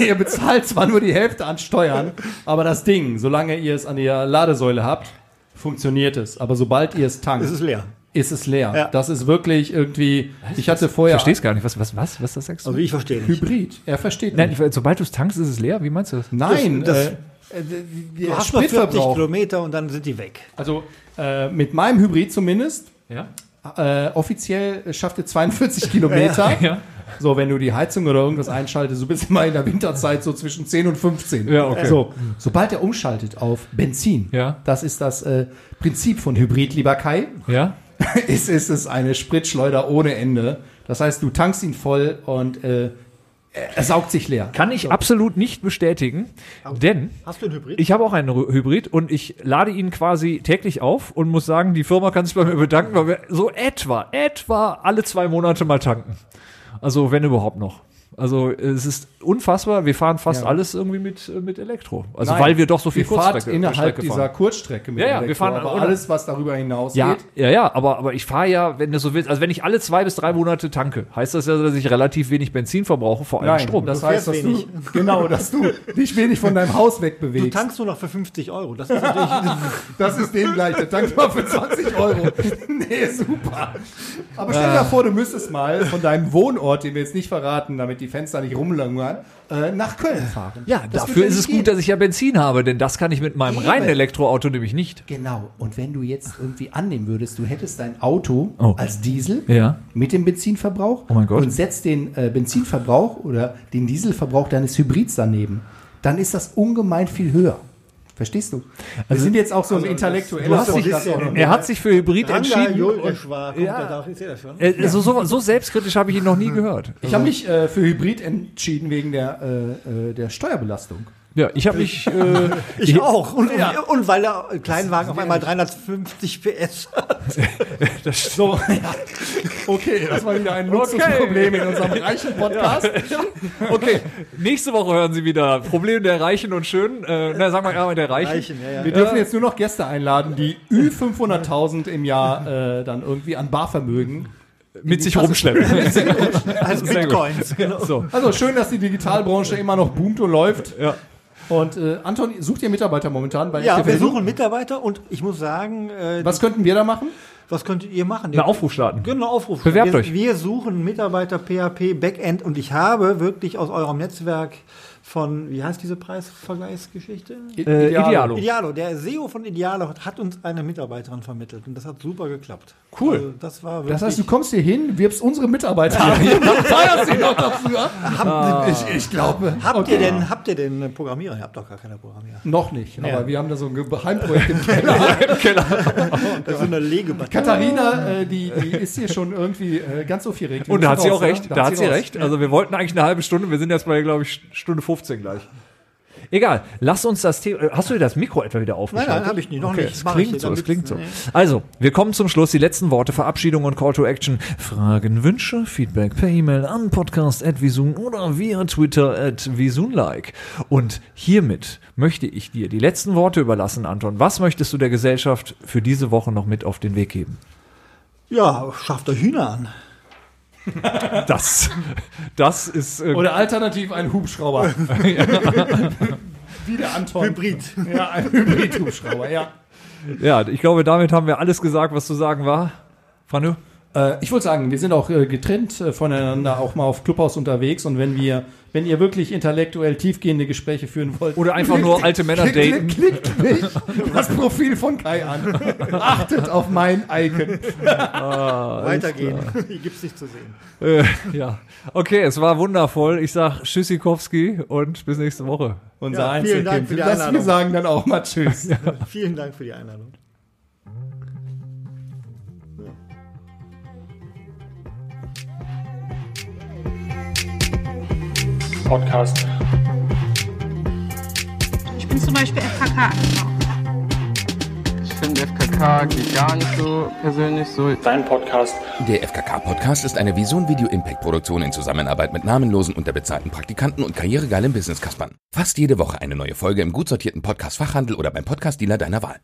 E: ihr bezahlt zwar nur die Hälfte an Steuern, aber das Ding, solange ihr es an der Ladesäule habt, funktioniert es. Aber sobald ihr es tankt,
F: Es ist leer.
E: ist es leer.
F: Ja.
E: Das ist wirklich irgendwie. Ich hatte vorher
A: Verstehst gar nicht. Was, was, was, was das sagst du?
F: Also ich verstehe nicht.
E: Hybrid. Er versteht
A: Nein,
E: nicht.
A: ich- sobald du es tankst, ist es leer. Wie meinst du das?
E: Nein,
F: das-
E: äh,
F: Du
E: hast
F: hast
E: noch
F: noch
E: 40
F: 40 Kilometer und dann sind die weg.
E: also äh, mit meinem Hybrid zumindest
A: Ja.
E: äh, offiziell schafft ihr 42 Kilometer.
A: Ja.
E: So, wenn du die Heizung oder irgendwas einschaltest, du bist immer in der Winterzeit so zwischen 10 und 15.
A: Ja, okay.
E: So, sobald er umschaltet auf Benzin,
A: Ja.
E: das ist das äh, Prinzip von Hybrid, lieber Kai,
A: Ja?
E: ist, ist es eine Spritschleuder ohne Ende. Das heißt, du tankst ihn voll und äh, er saugt sich leer.
A: Kann ich absolut nicht bestätigen, denn
F: Hast du einen Hybrid?
A: ich habe auch einen Ru- Hybrid und ich lade ihn quasi täglich auf und muss sagen, die Firma kann sich bei mir bedanken, weil wir so etwa, etwa alle zwei Monate mal tanken. Also wenn überhaupt noch. Also es ist unfassbar, wir fahren fast
E: Ja.
A: alles irgendwie mit, äh, mit Elektro. Also
E: Nein,
A: weil wir doch so viel
E: ihr fahrt
A: Kurzstrecke
E: innerhalb
A: Strecke
E: dieser
A: fahren.
E: Kurzstrecke mit
A: Ja, ja,
E: Elektro,
A: wir fahren
E: aber
A: ohne-
E: alles, was darüber hinausgeht.
A: Ja, ja, ja, aber, aber ich fahre ja, wenn du so willst, also wenn ich alle zwei bis drei Monate tanke, heißt das ja, dass ich relativ wenig Benzin verbrauche, vor allem
E: Nein,
A: Strom.
E: das heißt, dass
F: fährst
E: du, genau, dass du dich wenig von deinem Haus
F: Du
E: wegbewegst.
F: tankst nur noch für 50 Euro. Das ist natürlich
E: Das ist dem gleich. Der tankt mal für 20 Euro. Nee, super. Aber stell dir
A: Ah.
E: vor, du müsstest mal von deinem Wohnort, den wir jetzt nicht verraten, damit die Fenster nicht rumlungern, äh, nach Köln fahren.
A: Ja,
E: Das
A: dafür
E: wird
A: ist
E: nicht
A: es
E: gehen.
A: gut, dass ich ja Benzin habe, denn das kann ich mit meinem
E: Eben.
A: reinen Elektroauto nämlich nicht.
E: Genau. Und wenn du jetzt irgendwie annehmen würdest, du hättest dein Auto
A: Oh.
E: als Diesel
A: Ja.
E: mit dem Benzinverbrauch
A: Oh mein Gott.
E: und setzt den äh, Benzinverbrauch oder den Dieselverbrauch deines Hybrids daneben, dann ist das ungemein viel höher. Verstehst du? Wir
A: Also
E: sind jetzt auch so ein
F: du
E: intellektueller
F: hast dich-
E: Podcast auch noch.
A: Er hat sich für Hybrid entschieden.
F: war,
A: Ja.
F: da drauf, ich sehe das schon.
A: Äh, so, so, so selbstkritisch habe ich ihn noch nie gehört.
E: Ich habe mich äh, für Hybrid entschieden wegen der, äh, äh, der Steuerbelastung.
A: Ja, ich habe mich. Äh,
F: Ich auch. Und, und weil der Kleinwagen auf einmal 350 PS hat.
E: So, ja. Okay, das war wieder ein Luxusproblem in unserem reichen Podcast.
A: okay, nächste Woche hören Sie wieder Problem der Reichen und Schönen. Äh, na, sagen wir mal der Reichen.
E: Wir dürfen jetzt nur noch Gäste einladen, die über 500.000 im Jahr äh, dann irgendwie an Barvermögen.
A: Mit sich rumschleppen.
F: Also
A: Sehr gut.
F: Bitcoins. Genau.
A: so.
E: Also schön, dass die Digitalbranche immer noch boomt und läuft.
A: Ja.
E: Und äh, Anton, sucht ihr Mitarbeiter momentan bei
F: Ja,
E: FTV?
F: wir suchen Mitarbeiter und ich muss sagen, äh, was,
E: Was könnten wir da machen?
F: könnt ihr machen?
A: Eine Aufruf starten.
F: Genau, Aufruf.
A: Bewerbt
F: wir,
A: euch.
F: Wir suchen Mitarbeiter PHP Backend und ich habe wirklich aus eurem Netzwerk von, wie heißt diese Preisvergleichsgeschichte?
A: Äh,
E: Idealo.
A: Idealo.
F: Idealo, der SEO von Idealo hat, hat uns eine Mitarbeiterin vermittelt und das hat super geklappt.
A: Cool.
F: Also das war wirklich.
E: Das heißt, du kommst hier hin, wirbst unsere Mitarbeiter an. Feierst sie noch dafür. Ich, ich glaube.
F: habt, ihr denn, habt ihr denn Programmierer? Ihr habt doch gar keine Programmierer.
E: Noch nicht, aber
F: Ja.
E: wir haben da so ein Geheimprojekt im Keller.
F: Das ist so eine Legebatterie.
E: Katharina, äh, die, die ist hier schon irgendwie äh, ganz aufgeregt. Wir
A: Und da hat
E: müssen
A: sie
E: raus,
A: auch recht.
E: ne?
A: Da hat sie
E: raus.
A: recht. Also wir wollten eigentlich eine halbe Stunde. Wir sind jetzt bei, glaube ich, Stunde 15 gleich. Egal. Lass uns das Thema. Hast du dir das Mikro etwa wieder aufgeschaltet?
F: Nein, nein, hab ich nicht, noch nicht.
A: Es
F: Mach
A: klingt
F: ich
A: so,
F: hier, ne?
A: es
F: damit-
A: klingt so. Also, wir kommen zum Schluss. Die letzten Worte, Verabschiedung und Call to Action. Fragen, Wünsche, Feedback per E-Mail an podcast.visun oder via Twitter at visunlike. Und hiermit möchte ich dir die letzten Worte überlassen, Anton. Was möchtest du der Gesellschaft für diese Woche noch mit auf den Weg geben?
F: Ja, schafft euch Hühner an.
A: Das, das ist... äh,
E: Oder alternativ ein Hubschrauber. Wie der Anton.
F: Hybrid.
E: Ja, ein Hybrid-Hubschrauber, ja.
A: Ja, ich glaube, damit haben wir alles gesagt, was zu sagen war. Franu?
E: Äh, ich würde sagen, wir sind auch äh, getrennt äh, voneinander, auch mal auf Clubhaus unterwegs. Und wenn wir, wenn ihr wirklich intellektuell tiefgehende Gespräche führen wollt,
A: Oder einfach nur alte Männer daten.
E: klickt mich das Profil von Kai an. Achtet auf mein Icon.
F: Weitergehen. Hier gibt's nicht zu sehen.
A: Äh, ja. Okay, es war wundervoll. Ich sag Tschüssikowski und bis nächste Woche.
E: Unser
F: Ja, vielen Dank für die
E: Das wir
F: Einladung.
E: sagen dann auch mal Tschüss.
F: Vielen Dank für die Einladung.
J: Podcast.
C: Ich bin zum Beispiel FKK.
J: Ich
I: finde FKK geht gar nicht so persönlich so.
J: Dein Podcast.
B: Der FKK-Podcast ist eine Vision Video Impact-Produktion in Zusammenarbeit mit namenlosen, unterbezahlten Praktikanten und karrieregeilen Business-Kaspern. Fast jede Woche eine neue Folge im gut sortierten Podcast-Fachhandel oder beim Podcast-Dealer deiner Wahl.